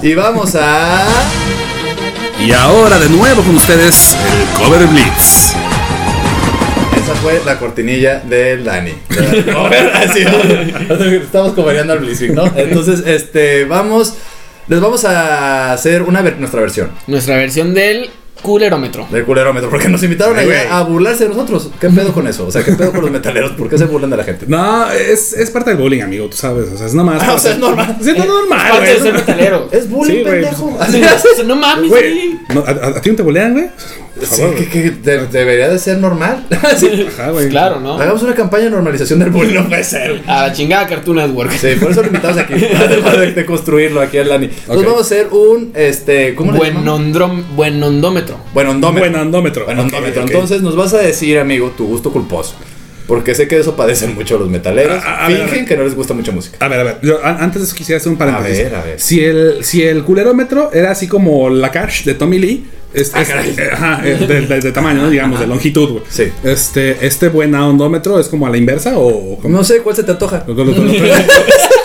Y vamos a.
eh. Y ahora de nuevo con ustedes, el Cover Blitz.
Esa fue la cortinilla del Dani. (laughs) Así, estamos cobereando al Blizzard, ¿no? Entonces, este, vamos. Les vamos a hacer una ver- nuestra versión
Nuestra versión del culerómetro.
del culerómetro. Porque nos invitaron
Ay,
allá
güey.
a burlarse de nosotros. ¿Qué pedo con eso? O sea, ¿qué pedo con los metaleros? ¿Por qué se burlan de la gente?
No, es, es parte del bullying, amigo, tú sabes. O sea, es nomás.
Ah, o sea, es normal.
(laughs) Sí, no,
Es
normal,
parte
güey.
de
(laughs)
ser metalero.
Ah, (laughs) Es bullying,
Sí, güey.
(laughs) pendejo.
(laughs) no mames,
Güey,
sí.
no, ¿a, a- a ti no te bolean, güey? Por
Sí,
favor,
que- que de- debería de ser normal. (laughs) Sí. Ah,
Ajá, güey.
Ah, Claro, ¿no?
Hagamos una campaña de normalización del bullying. No puede ser. güey.
A la chingada Cartoon Network.
Sí, por eso lo invitamos
(laughs)
aquí. Además de, de construirlo aquí al Lani. Entonces
Ok.
vamos a hacer un. Este, ¿Cómo le llamamos?
Buenondrom- Buenondómetro.
Bueno, andómetro.
Buen andómetro.
Bueno, andómetro.
Ok, ok.
Entonces nos vas a decir, amigo, tu gusto culposo. Porque sé que de eso padecen mucho los metaleros.
A- a- a ver,
Fingen
a ver.
que no les gusta mucha música.
A ver, a ver, yo an- antes de eso quisiera hacer un paréntesis.
A ver, a ver.
Si el, si el culerómetro era así como la cash de Tommy Lee, es, es-
Ah, caray.
eh, ajá, eh, de, de- de tamaño, ¿no? digamos, de longitud, güey.
Sí.
Este, este buen andómetro es como a la inversa o cómo?
No sé cuál se te antoja.
¿Lo, lo- lo- lo traes,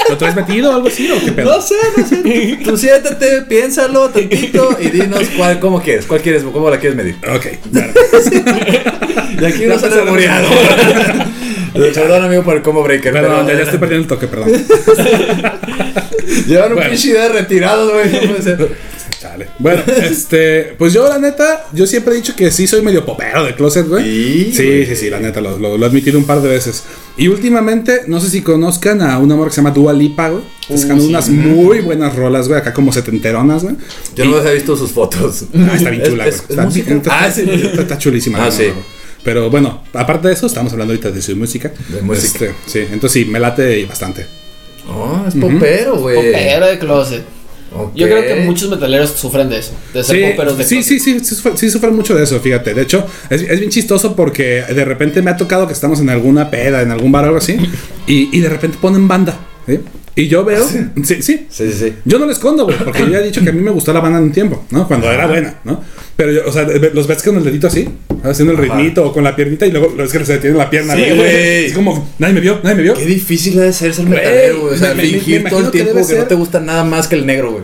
lo traes metido o algo así o qué pedo?
No sé, no
(laughs)
sé. Tú siéntate, piénsalo tantito y dinos cuál, cómo quieres. ¿Cuál quieres? ¿Cómo la quieres medir?
Ok, claro.
Y aquí no se
pensé
ha muriado. (laughs) Perdón, amigo, por el combo breaker.
Perdón,
pero- eh,
ya, ya estoy perdiendo el toque, perdón.
Llevan un
Bueno.
pinche idea retirado, güey. No puede ser.
Chale. Bueno, este, pues yo la neta, yo siempre he dicho que sí soy medio popero de closet, güey.
Sí,
sí,
güey.
sí, sí, la neta, lo, lo- lo he admitido un par de veces. Y últimamente, no sé si conozcan a una morra que se llama Dua Lipa, güey. Está sacando unas muy buenas rolas, güey, acá como setenteronas, güey.
Yo no les he visto sus fotos.
(laughs) Ah, está bien chula,
Es- es-
güey.
es
Está-
música.
está-
Ah, sí.
Está, está chulísima.
Ah,
la
sí.
rola, güey. Pero bueno, aparte de eso, estamos hablando ahorita de su música.
De música.
Este, sí, entonces sí, me late bastante.
Oh, es popero, güey.
Popero de closet.
Ok.
Yo creo que muchos metaleros sufren de eso, de ser
Sí,
poperos de
sí,
closet.
sí, sí, sí, sufre- sí sufren mucho de eso, fíjate. De hecho, es, es bien chistoso porque de repente me ha tocado que estamos en alguna peda, en algún bar o algo así, y, y de repente ponen banda. ¿sí? Y yo veo. Sí, sí.
Ah, Sí, sí, sí.
Yo no lo escondo, güey, porque yo ya he dicho que a mí me gustó la banda en un tiempo, ¿no? Cuando era buena, ¿no? Pero yo, o sea, ve- los ves con el dedito así, haciendo el ritmito o con la piernita y luego los que se detienen la pierna.
Sí,
¿no?
güey.
Es como, nadie me vio, nadie me vio.
Qué difícil ha de ser ser
Güey,
metalero, güey. O sea,
me- me- me
fingir
imagino
todo el
que
tiempo que,
debe
no
ser-
te gusta nada más que el negro, güey.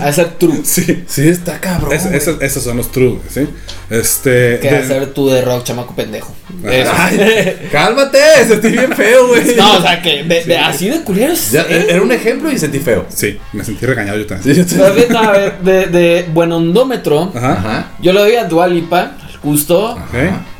A ser
(laughs)
true.
Sí.
Sí, está cabrón.
Es-
güey.
esos, esos son los true, güey, ¿sí? Este.
Que
de-
hacer tú de rock, chamaco pendejo. Eso.
Ah. Ay, cálmate, sentí bien feo, güey.
(laughs) No, o sea, que de- de- así de culeros. ¿eh?
Ya, e- era un ejemplo y sentí feo.
Sí, me sentí regañado yo
Sí,
también.
yo te-
Pero bien, no, a ver, de, de buen hondómetro,
Ajá.
Ajá.
yo le doy a Dualipa, gusto.
Ok.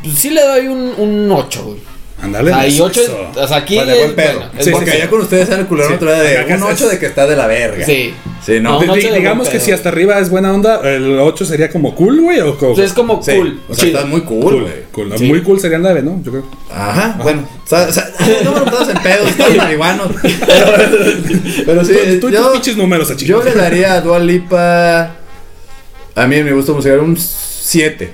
Pues sí le doy un, un 8, güey.
Ándale.
Hay
eso.
8. O sea, aquí.
Vale,
es-
buen pedo.
bueno, es
Sí,
Porque
buen
sí,
allá
sí.
con ustedes era el culero
Sí.
otra
Acá
de un
es-
8 de que está de la verga.
pedo. Sí.
Sí, no.
No,
Di-
un
di-
ocho de
digamos
buen
que
pedo.
si hasta arriba es buena onda, el 8 sería como cool, güey, o como.
O sea, es como
Sí,
cool.
O sea,
chido.
está muy cool,
cool, eh,
güey.
cool.
Sí.
Muy cool sería el 9, ¿no? Yo creo.
Ajá, bueno. O sea, o sea, (laughs) no me metas en (laughs) pedos, estás marihuano. Pero, pero sí,
Tú- tú y tus
yo,
pinches números, a
yo le daría a Dua Lipa. A mí me gusta musical un 7.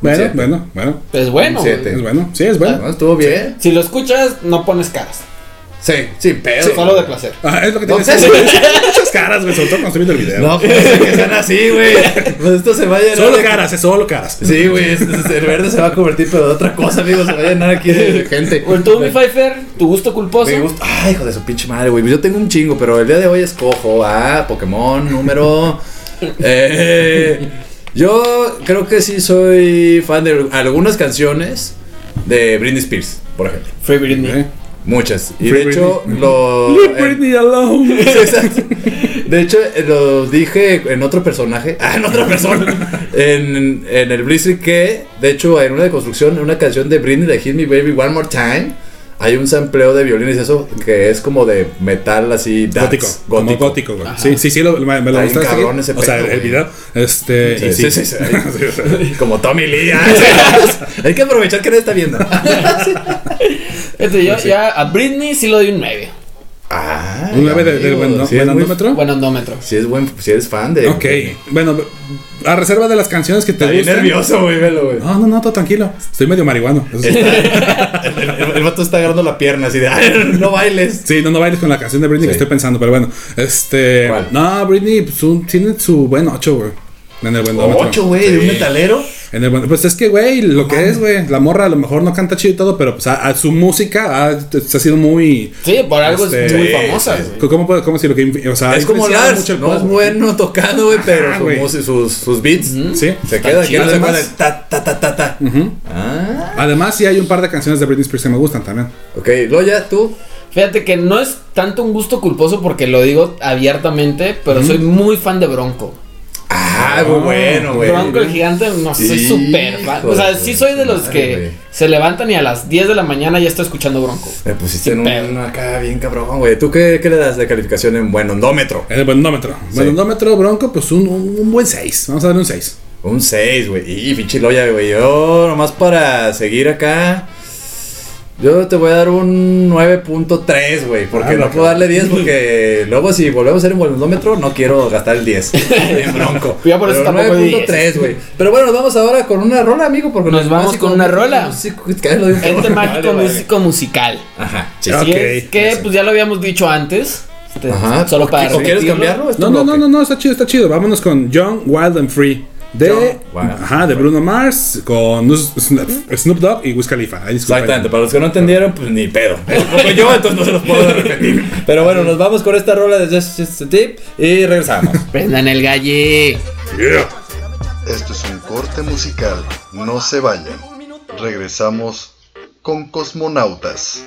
Bueno,
siete.
bueno, bueno.
Es bueno,
Un
güey.
siete.
Es bueno. Sí, es bueno.
¿No? Estuvo bien.
Si lo escuchas, no pones caras.
Sí, sin pedos.
Solo de placer.
Ah, es lo que tienes.
No sé.
Muchas caras, güey, sobre todo cuando estoy viendo el video.
No, pues que sean así, güey. Pues esto se va a llenar.
solo
de-
caras, es solo caras.
Sí, güey, es- es- el verde se va a convertir, pero de otra cosa, amigos. Se va a llenar aquí de gente.
O tú, mi Pfeiffer, tu gusto culposo.
Me gusta. Ay, hijo de su pinche madre, güey. Yo tengo un chingo, pero el día de hoy escojo a Pokémon número. Eh, yo creo que sí soy fan de algunas canciones de Britney Spears, por ejemplo.
Free Britney.
¿Eh?
Muchas. Y
Free
de hecho,
Britney.
lo.
Leave
eh,
Britney alone.
Sí, exacto. (laughs) De hecho, eh, lo dije en otro personaje. Ah, en otra persona. En, en el Blizzard que, de hecho, en una de construcción, en una canción de Britney de Hit Me Baby One More Time, hay un sampleo de violines y eso que es como de metal así. dance,
Gótico, como gótico, güey. Sí, sí, sí, lo- me, me lo
Ah, Está bien
gusta.
cabrón ese
O sea,
pedo,
el
güey.
video. Este.
Sí,
y
Eh, sí,
(laughs)
sí, sí.
o sea,
(laughs) Como Tommy Lee. ah, sí. hay que aprovechar que nadie está viendo.
Este, yo ya a Britney sí le doy un 9.
Ah,
¿Un 9 del
amigo,
buen,
sí
buen
es muy-
andómetro?
Buen andómetro.
sí es buen, si eres fan de.
Ok, bueno, a reserva de las canciones que te
Está bien
gustan.
nervioso, güey, velo, güey.
No, no, no, todo tranquilo. Estoy medio marihuano.
(laughs)
Eso sí.
El, el- el vato está agarrando la pierna así de, "Ay, no bailes.
Sí, no, no bailes con la canción de Britney que
Sí.
estoy pensando, pero bueno. Este.
¿Cuál?
No, Britney pues, un- tiene su buen 8, güey. En el buen
Ocho, güey, de un metalero.
En el buen- pues es que, güey, lo
Ah.
que es, güey. La morra a lo mejor no canta chido y todo, pero pues a, a su música ha, ha sido muy.
Sí, por algo es
Este,
muy
sí,
famosa.
sí, sí.
güey.
¿Cómo puedo cómo decirlo? Que, inf- o sea, ha
es como
influenciado
Lars,
mucho el
no
pop,
es
güey.
bueno tocando, güey, pero
Ajá,
su
güey.
música, sus, sus beats
Sí.
se queda aquí.
chido.
No se
Además-
acuerdan, ta, ta, ta, ta, ta. Ah,
Además, sí hay un par de canciones de Britney Spears que me gustan también.
ok, Loya, tú.
Fíjate que no es tanto un gusto culposo porque lo digo abiertamente, pero soy muy fan de Bronco.
Ah, muy bueno, güey.
Bronco el gigante, no soy
Hijo
súper fan. O sea,
de
sí
su
soy de los
madre,
que
güey.
se levantan y a las 10 de la mañana ya está escuchando Bronco.
Me pusiste
Sin
en
pedo.
un acá bien cabrón, güey. ¿Tú qué, qué le das de calificación en buen ondómetro?
En el buen andómetro. Buen andómetro, Bronco, pues un, un buen 6. Vamos a darle un 6.
Un 6, güey. Y pinche Loya, güey. Yo, nomás para seguir acá. Yo te voy a dar un 9.3, güey. Porque
Ah,
no
ok.
puedo darle 10. Porque luego, si volvemos a hacer un volumómetro, no quiero gastar el 10. en bronco.
Ya por eso
Pero
tampoco
9.3, güey. Pero bueno, nos vamos ahora con una rola, amigo. Porque
Nos vamos
mágico-
con una rola.
Músico- que lo digo.
Este mágico
Vale, vale.
músico musical.
Ajá.
Así
Ok,
es que,
ya
pues ya lo habíamos dicho antes. este,
Ajá.
Solo para.
¿O quieres
repetirlo.
cambiarlo?
No, no, no, no, no, está chido, está chido. Vámonos con Young, Wild and Free. De,
Young, Wild,
ajá, de Bruno Mars con Us- Snoop Snoop Dogg y Wiz Khalifa. Ahí disculpa.
Exactamente, Pues para los que no entendieron, pues ni pedo. (laughs) Porque yo entonces no se los puedo repetir. Pero bueno, nos vamos con esta rola de Just Just a Tip y (laughs) regresamos.
Prendan el galle.
Esto es un corte musical, no se vayan. Regresamos con Cosmonautas.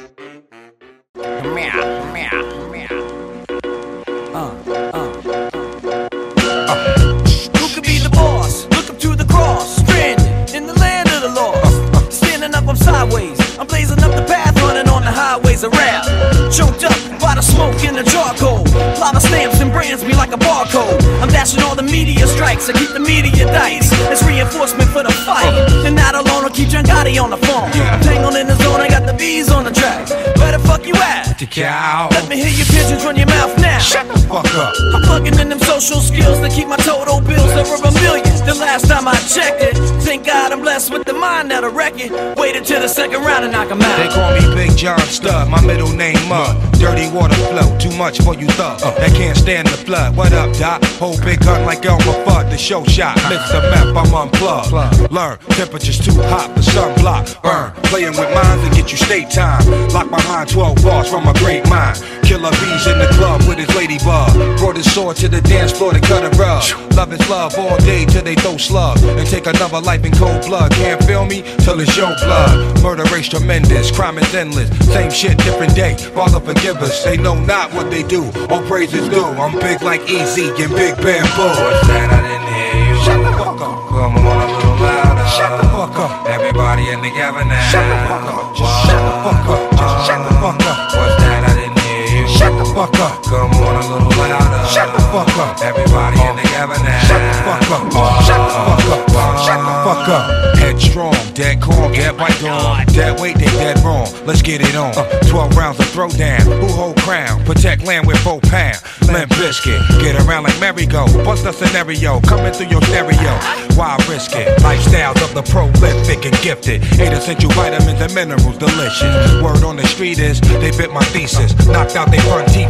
Who could be the boss? Look up to the cross, stranded in the land of the lost. Standing up, I'm sideways. I'm blazing up the path, running on the highways of rap. Choked up by the smoke and the charcoal. Lava stamps and brands me like a barcode. I'm dashing all the media strikes. I keep the media dice. It's reinforcement for the fight. And not alone, I'll keep John Gotti on the phone. Tangled in the zone, I got the bees on the track. Where the fuck you at?
the cow.
Let me hear your pigeons run your mouth now.
Shut the fuck up.
I'm plugging in them social skills to keep my total bills over a million. The last time I checked it, thank God I'm blessed with the mind that'll wreck it. Wait until the second round and knock 'em out.
They call me Big John Stud, my middle name Mud. Dirty water flow, too much for you thug. Uh, That can't stand the flood. What up, Doc? Hold big gun like Elmer Fudd, the show shot. Lift the map, I'm unplugged. Learn, temperature's too hot, the sun block. Burn, playing with minds and get you state time. Lock behind 12 bars from a great mind. Killer bees in the club with his ladybug. Brought his sword to the dance floor to cut a rug. Love is love all day till they throw slug. And take another life in cold blood. Can't feel me till it's your blood. Murder race tremendous, crime is endless. Same shit, different day. Father forgive us. They know not what they do. All praises due. I'm big like Easy and Big Bamboo. What's that? I didn't hear you. Shut the fuck up. Come on a little louder. Shut the fuck up. Everybody in the gathering now. Shut the fuck up. Just shut the fuck up. Just shut the fuck up. What's that? I didn't hear you. Shut the fuck up. Come on a little louder. Shut the fuck up. Everybody in the gathering now. Shut the fuck up. Shut the fuck up. Shut the fuck up. Headstrong, dead calm, get right on. Dead weight, they dead wrong. Let's get it on. Uh, 12 rounds of throwdown. Who hold crown? Protect land with four pound. Limp biscuit. Get around like merry-go. Bust a scenario. Coming through your stereo. Why risk it? Lifestyles of the prolific and gifted. Eight essential vitamins and minerals. Delicious. Word on the street is they bit my thesis. Knocked out their front teeth.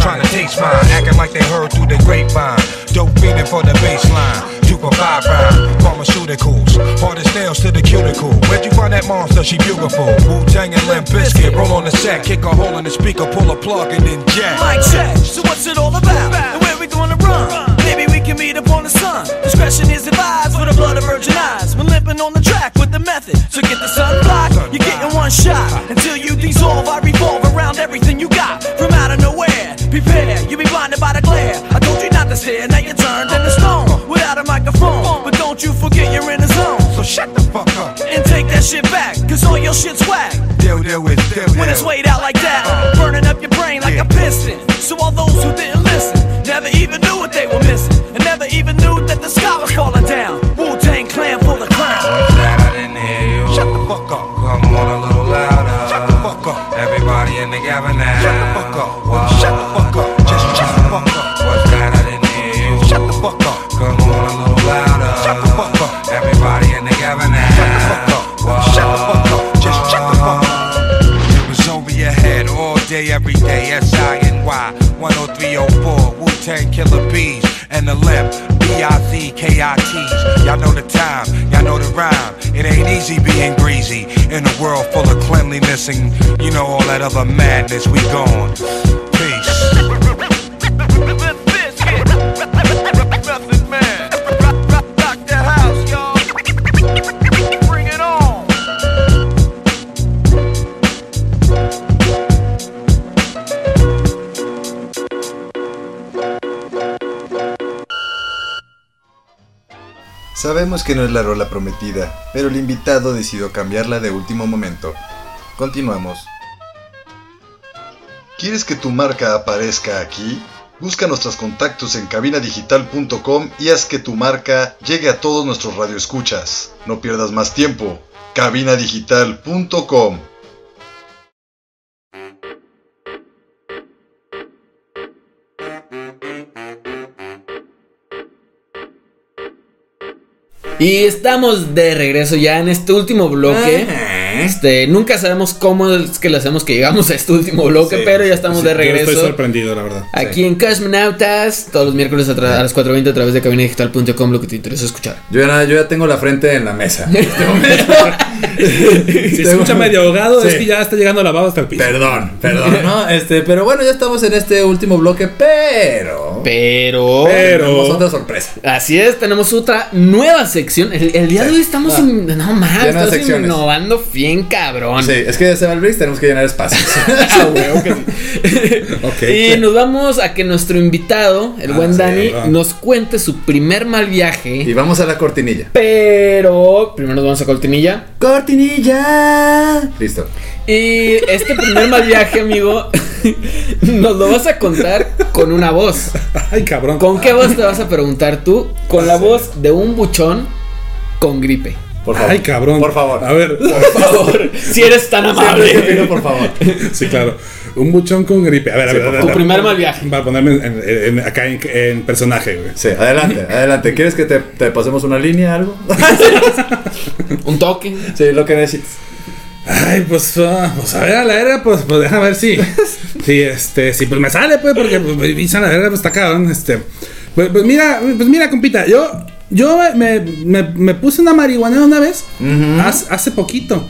Trying to taste mine. Acting like they heard through the grapevine. Dope feeding for the baseline. To provide rhyme. Pharmaceuticals. Hardest nails to the cuticle. Where'd you find that monster? She beautiful. Wu Tang and Limp Biscuit. Roll on the set. Kick a hole in the speaker. Pull a plug and then jack.
Mic check. So what's it all about? And where we gonna run? Maybe we can meet up on the sun. Discretion is advised for the blood of virgin eyes. When limping on the track with the method. So get the sun block. You're getting one shot. Until you dissolve, I revolve around everything you got. From out of nowhere, prepare. You be blinded by the glare. I told you not to stare. Now you're turned into stone. Without a microphone. But don't you forget you're in the zone.
So shut the fuck up.
And take that shit back. Cause all your shit's whack.
Deal, deal with deal.
When it's weighed out like that, burning up your brain like a piston. So all those who didn't listen never even knew what they were missing, and never even knew that the sky was falling down. Wu Tang Clan full of clowns.
I didn't hear you. Shut the fuck up. Come on a little louder. Shut the fuck up. Everybody in the gathering now. Shut the fuck up. Shut the fuck up. Just shut the fuck up. What's that? I didn't hear you. Shut the fuck up. Come on a little louder. Shut the fuck up. Everybody in the gathering now. Shut the fuck up. Shut the fuck up. Just shut the fuck up. It was over your head all day, every day. S I N Y 10304 Wu Tang Killer Bees and the Limp B I Z K I T's. Y'all know the time, y'all know the rhyme. It ain't easy being greasy in a world full of cleanliness and you know all that other madness. We gone. Peace.
Bring it on.
Sabemos que no es la rola prometida, pero el invitado decidió cambiarla de último momento. Continuamos. ¿Quieres que tu marca aparezca aquí? Busca nuestros contactos en cabinadigital.com y haz que tu marca llegue a todos nuestros radioescuchas. No pierdas más tiempo. cabinadigital.com
Y estamos de regreso ya en este último bloque.
Ah.
Este, nunca sabemos cómo es que le hacemos que llegamos a este último bloque,
Sí,
pero ya estamos
sí,
de
yo
regreso.
estoy sorprendido, la verdad.
Aquí en Cosmonautas, todos los miércoles a, tra- a las 4.20 a través de cabinadigital.com, lo que te interesa escuchar.
Yo ya, yo ya tengo la frente en la mesa. en este (laughs) momento.
Si
Tengo-
escucha medio ahogado, es
Sí.
que ya está llegando la baba hasta el piso.
Perdón, perdón, (laughs) ¿no? Este, pero bueno, ya estamos en este último bloque, pero.
Pero...
Pero-
Tenemos otra sorpresa.
Así es, tenemos otra nueva sección. El, el día de hoy estamos...
Ah.
in- no más,
nuevas
estamos
secciones.
innovando bien cabrón. (laughs)
Sí, es que ya se va el Briggs, tenemos que llenar (laughs) espacios.
Ah, huevo que sí.
Ok.
Y nos vamos a que nuestro invitado, el
Ah,
buen
sí,
Dani,
va.
nos cuente su primer mal viaje.
y vamos a la cortinilla.
Pero primero nos vamos a cortinilla.
¡Cortinilla! Listo.
Y este primer mal viaje, amigo, (laughs) nos lo vas a contar con una voz.
Ay, cabrón.
¿Con qué voz te vas a preguntar tú? Con la voz de un buchón con gripe.
Por favor.
Ay, cabrón.
Por favor.
A ver. (laughs)
Por favor, si eres tan
Siempre te pido,
amable.
por favor.
Sí, claro. Un buchón con gripe. A ver, a
Sí,
ver. a
por
ver,
favor.
a
Tu
ver.
primer mal viaje.
Para ponerme en- en- en- acá en, en personaje, güey.
Sí, adelante, adelante. ¿Quieres que te, te pasemos una línea,
(laughs)
algo?
Un toque.
Sí, lo que necesites.
Ay, pues, ah, pues a ver a la verga, pues, pues déjame ver si. si este, si pues me sale, pues, porque pues, me dicen a la verga, pues está cabrón. Este. Pues, pues, mira, pues mira, compita, yo. Yo me, me, me puse una marihuana una vez hace, hace poquito.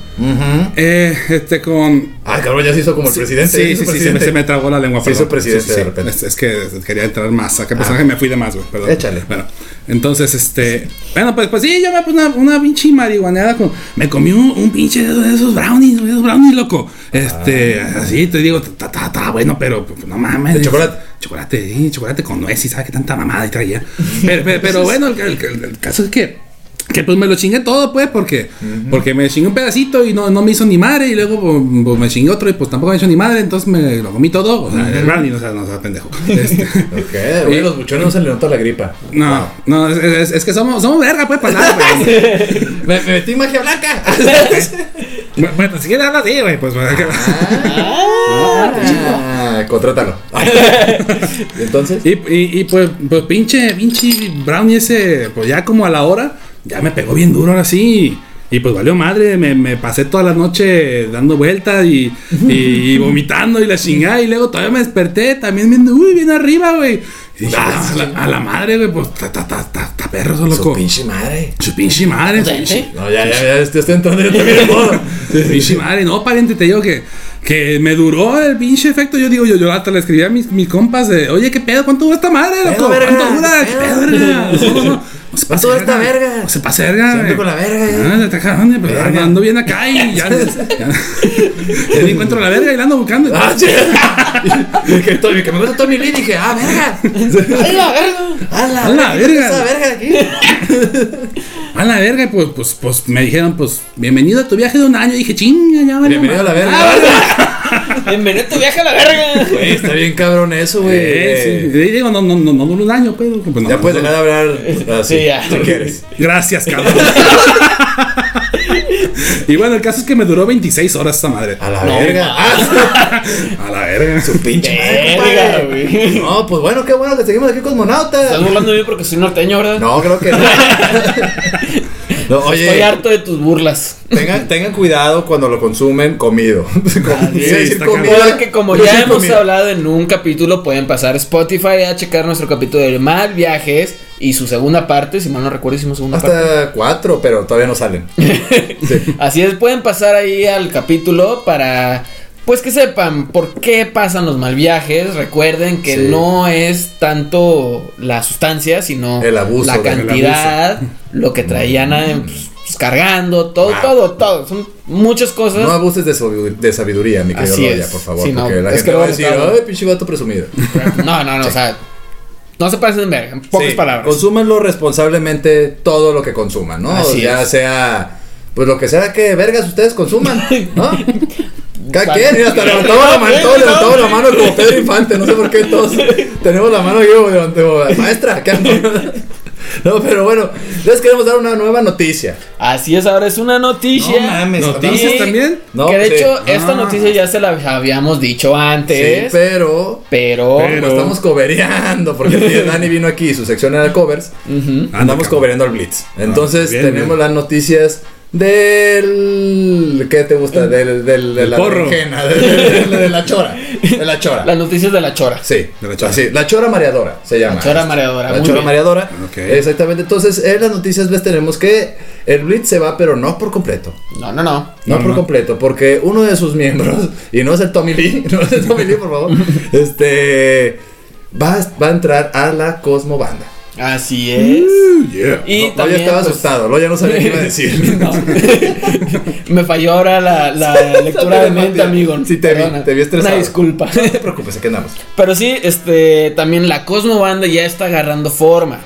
Eh, este con.
Ah, cabrón, ya se hizo como el
Sí,
presidente.
Sí,
ya
sí,
se hizo
sí, se me,
presidente.
se me trabó la lengua.
Se hizo
perdón.
presidente de repente.
Es, es que quería entrar más. Acá personaje me fui de más, güey. Perdón.
Échale.
Bueno, entonces, este. Bueno, pues, pues sí, yo me puse una, una pinche marihuaneada. Con, me comí un, un pinche de de esos brownies, güey, esos brownies, loco. Este, así te digo, ta, ta, ta, bueno, pero pues, no mames.
Ah. De chocolate.
Chocolate, sí, chocolate con nuez y sabe qué tanta mamada y traía. Pero, pero, pero bueno, el- el- el- el caso es que. Que pues me lo chingué todo, pues, porque, porque me chingué un pedacito y no, no me hizo ni madre, y luego pues, pues, me chingué otro y pues tampoco me hizo ni madre, entonces me lo comí todo. O sea, el brownie, o sea, no o sea, pendejo. Este,
Ok, güey, los buchones no se le nota la gripa.
no, no, es, es- es que somos, somos verga, pues, para nada, güey.
Me, me metí magia blanca.
Bueno, Bueno, si quieres hablar así, güey, pues, pues,
(laughs) Ah,
(laughs)
contrátalo. ¿Y entonces?
Y, y, y, pues, pues, pinche, pinche brownie ese, pues ya como a la hora, ya me pegó bien duro ahora sí. Y pues valió madre, me, me pasé toda la noche dando vueltas y, y, y vomitando y la chingada. Y luego todavía me desperté también viendo, uy, bien arriba, güey. Y dije, "Ah, a, la, a la madre, güey, pues ta, ta, ta, ta, ta perro, eso
Su
loco.
pinche madre.
Su pinche madre, su pinche-
Gente.
No, ya, ya, ya, estoy estoy entrando yo también en
(laughs)
modo.
Pinche madre, no, pariente, te digo que, que me duró el pinche efecto. Yo digo, yo, yo hasta le escribí a mis, mis compas de, oye, ¿qué pedo? ¿Cuánto dura esta madre, loco?
Pedo, verga,
¿Cuánto dura? ¿Qué
pedo,
pedo, verga? No, no, no. No se pase
¿Cuánto dura esta verga?
No se pase verga.
Siempre
güey.
con la verga, eh.
Ah, ya está cabrón, pero
Verga.
ando- ando bien acá y ya, ya, ya ni encuentro la verga y la ando buscando.
Ah, sí. Y que, to- que me gusta Tommy Lee dije, ah,
(laughs)
verga.
¡Ala, verga!
A la,
A la verga.
Esa verga de aquí.
(laughs) A la verga, y pues, pues, pues me dijeron, pues, bienvenido a tu viaje de un año. Y dije, chinga, ya vale.
Bienvenido a la
madre.
verga.
Ah,
Bienvenido a tu viaje a la verga.
Güey, está bien cabrón eso, güey.
eh, sí. Y digo, no, no, no, no duró un año, pero. pues, no,
Ya
no,
puedes
no.
dejar de hablar así.
Sí, ya.
Si quieres.
Gracias,
(laughs)
cabrón. y bueno, el caso es que me duró 26 horas esta madre.
A la
No,
verga.
(laughs)
Ah,
A la verga.
su pinche madre,
Verga,
compadre.
güey.
No, pues bueno, qué bueno que seguimos aquí
Estás
cosmonautas.
burlando de mí porque soy norteño, ¿verdad?
No, creo
(laughs)
que no. No,
Estoy
oye,
harto de tus burlas.
tengan, tengan cuidado cuando lo consumen comido. (laughs) Com-
sí,
iba a decir
está
comida,
Porque como
iba a
ya
decir
hemos
comida.
hablado en un capítulo, pueden pasar a Spotify a checar nuestro capítulo de Mal Viajes y su segunda parte, si mal no recuerdo, hicimos segunda parte.
Hasta cuatro, pero todavía no salen. Sí.
Así es, pueden pasar ahí al capítulo para pues que sepan por qué pasan los mal viajes. Recuerden que
Sí.
no es tanto la sustancia, sino
El abuso Mm.
la
del
cantidad, lo que traían eh, pues, pues, cargando, todo, todo, todo. Son muchas cosas.
Ah. No abuses de, sabidu- de sabiduría, mi querido
Así
Loya,
es.
por favor.
Sí, no,
porque la
es
gente
que
va a
luego
decir,
está-
ay, pinche vato presumido.
(laughs) No, no, no, o sea, no se pasen en verga, en pocas
Sí,
palabras.
Consúmanlo responsablemente todo lo que consuman, ¿no?
Así
ya
es.
sea, pues lo que sea que vergas ustedes consuman,
(laughs)
¿no? Cada
Vale.
quien, mira, hasta levantamos la mano, levantamos la mano como Pedro Infante, no sé por qué
(laughs)
todos tenemos la mano aquí como de- como de maestra. ¿qué hago? (laughs) No, pero bueno, les queremos dar una nueva noticia.
Así es, ahora es una noticia.
No mames,
¿Noticias
Sí.
también?
No,
que de
sí.
hecho, esta
Ah.
noticia ya se la habíamos dicho
Sí,
antes.
pero
pero.
como estamos cobereando,
(laughs)
porque el día Dani vino aquí y su sección era covers.
Ah,
Ujú.
Andamos cobereando al Blitz. Entonces
bien,
tenemos
bien.
las noticias del. ¿Qué te gusta? Del, del, de
Del
la
porro. (laughs)
berenjena, de, de- de- de la chora. De la chora.
Las noticias de la chora.
Sí,
De la chora.
así, la chora mareadora se llama.
chora mareadora,
La
muy
chora
bien.
mareadora.
Ok.
Exactamente. Entonces, en las noticias les tenemos que el Blitz se va, pero no por completo.
No, no, no.
No,
No,
por
no.
completo, porque uno de sus miembros, (laughs) y no es el Tommy Lee, (laughs) no es el Tommy Lee, por
(laughs)
favor, este va, a- va a entrar a la Cosmobanda.
Así es.
(laughs) Yeah.
Y
no,
también.
ya estaba
pues,
asustado, lo ya no sabía qué
(laughs)
iba a decir. (laughs)
no. Me falló ahora la, la lectura de mente, amigo.
Sí, te vi,
Perdona.
te vi estresado.
Una disculpa. (laughs)
No te preocupes, aquí andamos.
Pero sí, este, también la Cosmo Banda ya está agarrando forma.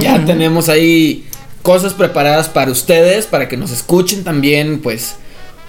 ya tenemos ahí cosas preparadas para ustedes, para que nos escuchen también, pues,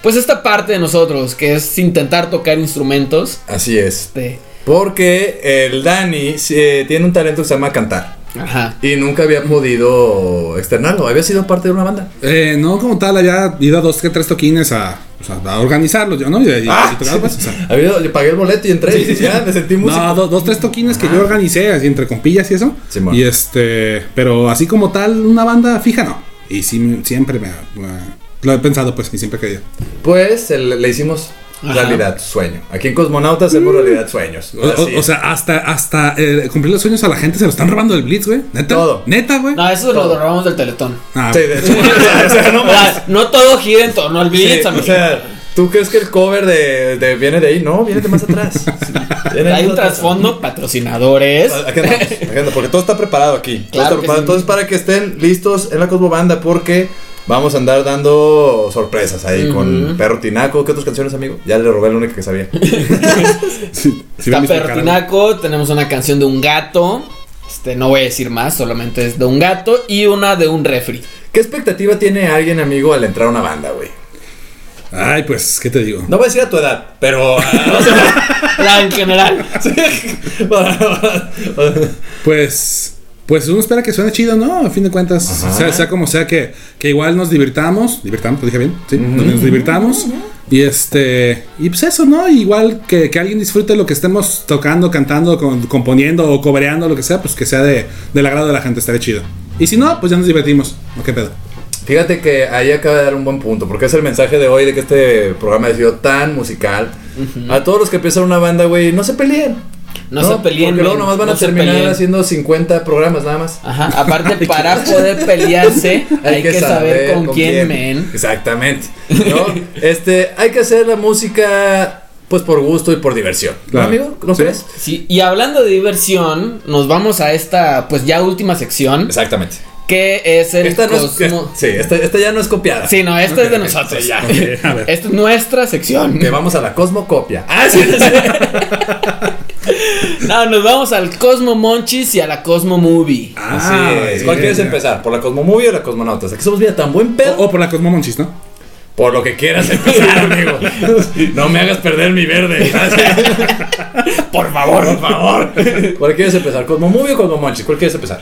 pues esta parte de nosotros, que es intentar tocar instrumentos.
Así es.
Este,
Porque el Dani eh, tiene un talento que se llama cantar.
ajá.
Y nunca había podido externarlo. Había sido parte de una banda.
Eh, no, como tal, había ido a dos que tres toquines a o sea, a organizarlos, yo, ¿no? Y, y-
(laughs) Ah,
y tocar, pues, o sea.
Había- yo pagué el boleto y entré. y ya, me sentí músico.
No, do- dos, tres toquines que yo organicé, así entre compillas y eso.
Simón.
y este, pero así como tal, una banda fija, no. Y sí, siempre me, me- lo he pensado, pues, y siempre he querido.
Pues el- le hicimos
Ajá.
realidad sueño. Aquí en Cosmonautas hacemos realidad sueños.
O, o-
Así.
o sea, hasta, hasta eh, cumplir los sueños a la gente se lo están robando del Blitz, güey. Neta. Neta, güey.
No, eso lo robamos del Teletón.
Ah,
Sí, de hecho, o sea, (laughs) o sea, no
O sea, no todo gira en torno al Blitz,
Sí, o
amigo.
sea, ¿tú crees que el cover de, de- viene de ahí? No, viene de más (laughs) atrás.
Hay un trasfondo, patrocinadores.
Aquí andamos, aquí andamos, porque todo está preparado aquí. Todo
Claro
está
que
preparado.
sí.
Entonces, para que estén listos en la Cosmobanda, porque vamos a andar dando sorpresas ahí con
Ujú.
Perro Tinaco. ¿Qué otras canciones, amigo? Ya le robé la única que
(laughs)
sabía.
Está Pertinaco, tenemos una canción de un gato. Este, no voy a decir más, solamente es de un gato y una de un refri.
¿Qué expectativa tiene alguien, amigo, al entrar a una banda, güey?
Ay, pues, ¿qué te digo?
No voy a decir a tu edad, pero. ah,
La en general. (laughs)
Pues, pues uno espera que suene chido, ¿no? A fin de cuentas,
Ajá.
sea, sea como sea, que, que igual nos divirtamos, divirtamos, lo dije bien, sí, nos divirtamos. Y este, y pues eso, ¿no? Igual que, que alguien disfrute lo que estemos tocando, cantando, con- componiendo o cobereando, lo que sea, pues que sea de, del agrado de la gente, estaría chido. Y si no, pues ya nos divertimos. ¿O qué pedo?
Fíjate que ahí acaba de dar un buen punto, porque es el mensaje de hoy de que este programa ha sido tan musical. A todos los que empiezan una banda, güey, no se peleen.
No se peleen,
Porque luego
men,
nomás van
no
a
se
terminar
peleen.
haciendo 50 programas nada más.
Ajá.
(laughs)
Aparte, para poder pelearse, (laughs) hay, que, saber, con, quién, men.
Exactamente.
(laughs)
¿no? este, hay que hacer la música pues por gusto y por diversión. ¿No,
Claro.
amigo? ¿No
Sí.
crees?
Sí, y hablando de diversión, nos vamos a esta, pues ya última sección,
Exactamente.
que es el
Esta no es-
cosmo-
sí, esta, esta ya no es copiada.
Sí, no, esta es de nosotros.
Sí,
(laughs)
ya.
A ver.
Esta es nuestra sección.
Que vamos a la cosmocopia.
(laughs) Ah, sí, sí. no, nos vamos al Cosmo Monchis y a la Cosmo Movie.
Así es. ¿Cuál
bien.
Ah, quieres empezar? ¿Por la Cosmomovie o la Cosmonautas? Aquí somos vida tan buen pedo.
O, o por la Cosmomonchis, ¿no?
Por lo que quieras empezar, (laughs) amigo. No me hagas perder mi verde.
Por
(laughs)
favor.
Por favor. ¿Cuál quieres empezar? ¿Cosmomovie o Cosmomonchis? ¿Cuál quieres empezar?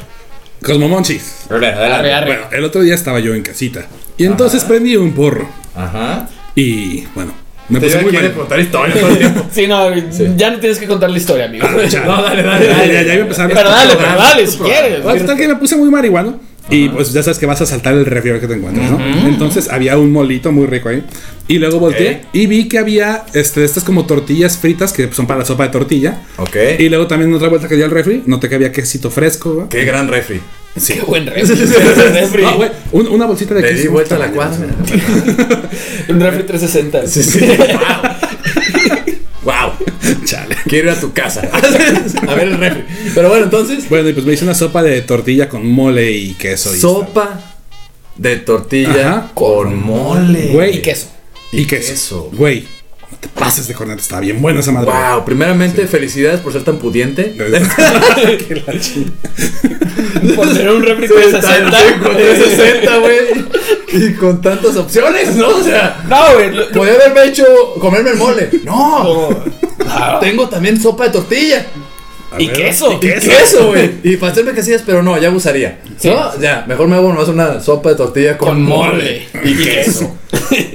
Cosmomonchis.
Arre, arre.
Bueno, el otro día estaba yo en casita. Y entonces prendí un porro.
Ajá.
Y bueno, me
Te
puse
iba a
muy
querer
mal.
contar historias todo el (laughs) tiempo.
Sí, no, ya no tienes que contar la
(laughs)
historia, amigo.
No, dale, dale.
Ya,
dale.
ya, ya iba a empezar.
Pero dale, pero dale, si quieres.
Bueno, total que Ah, me puse muy marihuano. Y pues ya sabes que vas a saltar el refri a ver que te encuentras, ¿no? Entonces había un molito muy rico ahí. Y luego volteé y vi que había este, estas como tortillas fritas que son para la sopa de tortilla.
Ok.
Y luego también otra vuelta que di al refri, noté que había quesito fresco, güey.
Qué gran refri.
Sí, buen refri.
No, güey, un- una bolsita de
Le di
queso.
vuelta a la cuadra. (laughs)
Un refri 360.
Sí, sí.
(laughs)
Ah, Wow.
Chale.
Quiero ir a tu casa. (laughs) A ver el refri. Pero bueno, entonces.
Bueno, y pues me hice una sopa de tortilla con mole y queso. Y
Sopa de tortilla
Ajá.
con mole.
Güey.
Y queso.
Y
queso.
queso. Güey, no te pases de corneta, estaba bien buena esa madre.
Wow, primeramente felicidades por ser tan pudiente.
Qué la chingada.
Por tener un refri
Sí, con
360.
360, güey. Y con tantas opciones, ¿no? O sea,
No, güey. lo-
podía haberme hecho comerme el (laughs) mole. No. (laughs) Tengo también sopa de tortilla.
Y queso.
Y queso, güey. Y para hacerme casillas, pero no, ya usaría.
Sí.
No, ya, mejor me hago nomás una sopa de tortilla con,
Con
mole.
mole.
Y queso.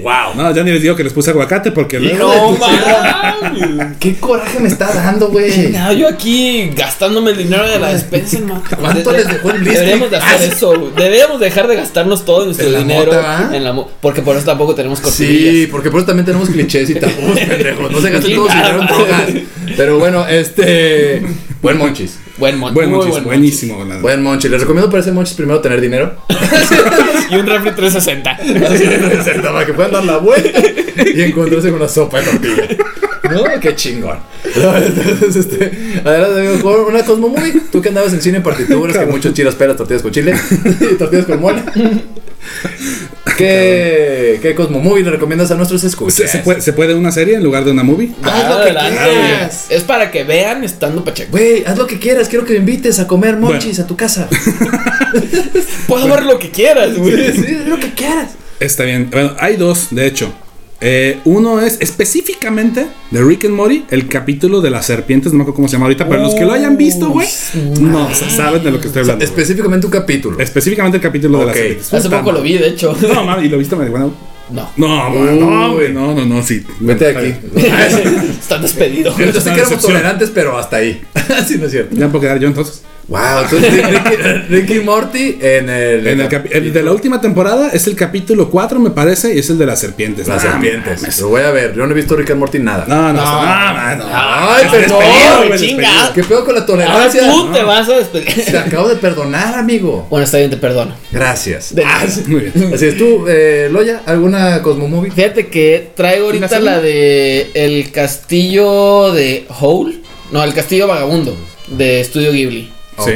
wow.
(laughs) No, ya ni les digo que les puse aguacate porque luego.
No mames.
Qué coraje me está dando, güey.
No, yo aquí gastándome el dinero de la despensa, no.
(laughs) ¿Cuánto les dejó el blister?
Deberíamos de hacer
Ah, sí.
eso, güey. Deberíamos dejar de gastarnos todo nuestro
En la
dinero
mota, ¿va?
en la mo- porque por eso tampoco tenemos cortinillas.
Sí, porque por eso también tenemos clichés y (laughs) tabús, pendejos. No se gasten todo su dinero en drogas.
Chingada.
Pero bueno, este. Buen monchis.
Buen mon,
Bueno,
muy
chis,
buen mon.
buenísimo. la-
Buen monchis. Les recomiendo para ese monchis primero tener (laughs) dinero.
(laughs) Y un refri
(laughs)
360.
para que puedan dar la vuelta y encontrarse con una sopa de tortilla. No, qué chingón. Entonces, este, adelante, amigo, con una Cosmo Movie. Tú que andabas en cine en partituras, que muchos chilas peras, tortillas con chile y tortillas con mole. ¿Qué, ¿Qué Cosmo Movie le recomiendas a nuestros
¿Se,
escuchas? Ah,
se puede, se puede una serie en lugar de una movie?
Pues, Haz lo que
Adelante.
quieras.
Es para que vean estando Pacheco.
Güey, haz lo que quieras, quiero que me invites a comer monchis a tu
(laughs)
casa.
Puedo ver lo que quieras, güey.
sí, haz lo que quieras.
Está bien. Bueno, hay dos, de hecho. Eh, uno es específicamente de Rick and Morty, el capítulo de las serpientes, no me acuerdo cómo se llama ahorita, pero los que lo
Oh,
hayan visto, güey, no se saben de lo que estoy hablando. güey.
Específicamente un capítulo.
Específicamente el capítulo de
Ok.
las serpientes.
Hace
Puta
poco lo
madre.
vi, de hecho. (laughs)
No, mami, y lo viste, me bueno,
(laughs)
No.
No, güey, no, güey, no, no, no, sí.
Vete de aquí.
Está despedido.
Yo sé
una
que éramos
decepción.
tolerantes, pero hasta ahí. (laughs) sí, no es cierto.
Ya me puedo quedar yo entonces.
Wow, entonces Ricky, Ricky y Morty en el.
En el, capi- el de la última temporada es el capítulo 4, me parece, y es el de las serpientes.
Las
No,
serpientes.
Ah, mames.
Lo voy a ver. Yo no he visto Rick and Morty nada.
No, no, no, no, no,
Ay,
pero
pero
despedido,
no,
güey,
chinga.
¿Qué pedo con la
Ahora
tolerancia?
tú te
No.
vas a despedir. (laughs)
Te acabo de perdonar, amigo.
Bueno, está bien, te perdono.
Gracias.
De-
Ah, sí.
Muy bien.
Así es, tú, eh, Loya, ¿alguna Cosmomovie?
Fíjate que traigo ahorita la de El Castillo de Hole. No, El Castillo Vagabundo de Estudio Ghibli.
Ok,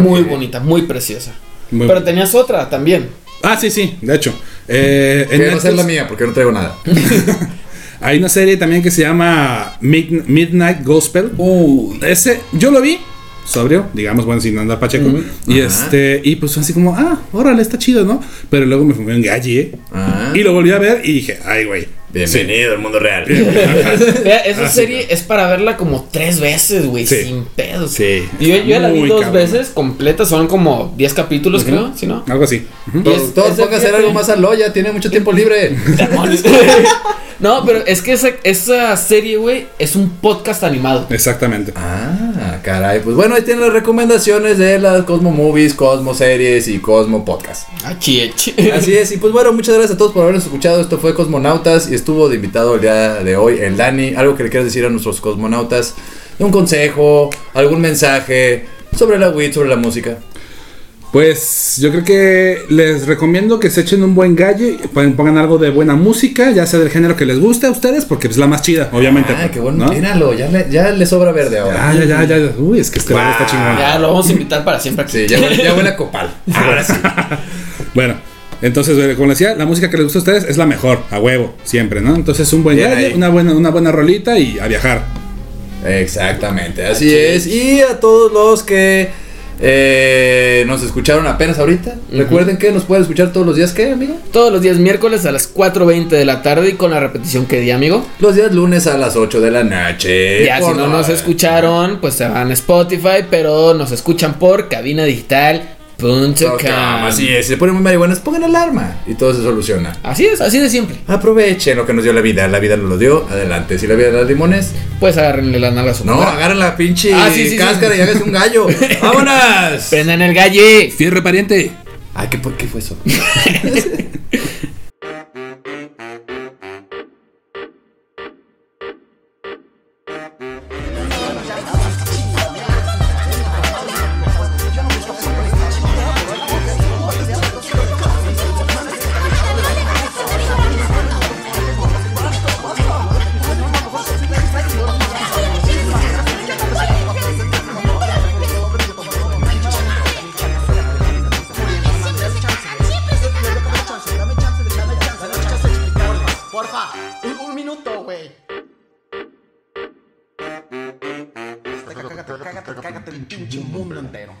muy
ok.
bonita, muy preciosa.
Eh, Muy
Pero
bu-
tenías otra
(laughs)
también.
Ah, sí, sí, de hecho. Eh, en
Que va a ser
Netflix
la mía porque no traigo nada.
Hay una serie también que se llama Mid- Midnight Gospel.
Uy.
Ese, yo lo vi, sobrio, digamos, bueno, sin andar pacheco.
Mm.
Y este, y pues así como, ah, órale, está chido, ¿no? Pero luego me fumé un galli, ¿eh?
Ah.
Y lo volví a ver y dije, ay, güey.
Bienvenido al mundo real.
Vea, esa
Ah, sí,
serie es para verla como tres veces, güey,
Sí.
sin pedos.
Sí.
Y Yo, yo la vi
Muy
dos
cabrón.
veces completa, son como 10 capítulos, creo, si no.
Algo así. Ujú.
Y
Todos,
es-
todos
ese
pongan a hacer
fíjate- (laughs)
algo más a Loya, tiene mucho tiempo libre.
Demonios. no, pero es que esa, esa serie, güey, es un podcast animado.
Exactamente.
(laughs) Ah, caray. Pues bueno, ahí tienen las recomendaciones de las Cosmo Movies, Cosmo Series y Cosmo Podcast.
Ah, chie, chie.
Así es, y pues bueno, muchas gracias a todos por habernos escuchado. Esto fue Cosmonautas y estuvo de invitado el día de hoy el Dani. Algo que le quieras decir a nuestros cosmonautas, un consejo, algún mensaje sobre la weed, sobre la música.
Pues yo creo que les recomiendo que se echen un buen galle, pon- pongan algo de buena música, ya sea del género que les guste a ustedes, porque es la más chida, obviamente.
Ah, qué bueno,
¿no?
míralo, ya le, ya le sobra verde ahora.
Ah, ya, ya, ya. ya. Uy, es que este barrio está chingón.
Ya lo vamos a invitar para siempre aquí.
Sí, ya huele, ya huele a copal. Ahora sí.
Bueno, entonces, eh, como les decía, la música que les gusta a ustedes es la mejor, a huevo, siempre, ¿no? Entonces, un buen
Bien
galle,
ahí.
una buena, una buena rolita y a viajar.
Exactamente,
Ah,
así es. Y a todos los que eh, nos escucharon apenas ahorita, recuerden que nos pueden escuchar todos los días, ¿qué, amigo?
Todos los días miércoles a las 4.20 de la tarde y con la repetición que di, amigo.
Los días lunes a las 8 de la noche.
ya, si
Por
no nos
la-
escucharon, pues se van a Spotify, pero nos escuchan por cabinadigital.com.
Tocam, Así es, se ponen muy marihuanas, pongan alarma y todo se soluciona.
Así es, así de simple.
Aprovechen lo que nos dio la vida, la vida nos lo dio, adelante. Si la vida da limones,
Pues agárrenle las nalgas a su
no,
mujer.
agarren la pinche
Ah, sí, sí, sí.
cáscara y hágase un
(laughs)
gallo. ¡Vámonos!
Prendan el galle.
Fierro pariente.
Ay, ¿qué, ¿por qué fue eso?
Dame chance, dame chance, dame chance de explicarme. Porfa, un, un minuto, güey. Cágate, cágate, cágate el pinche mundo entero.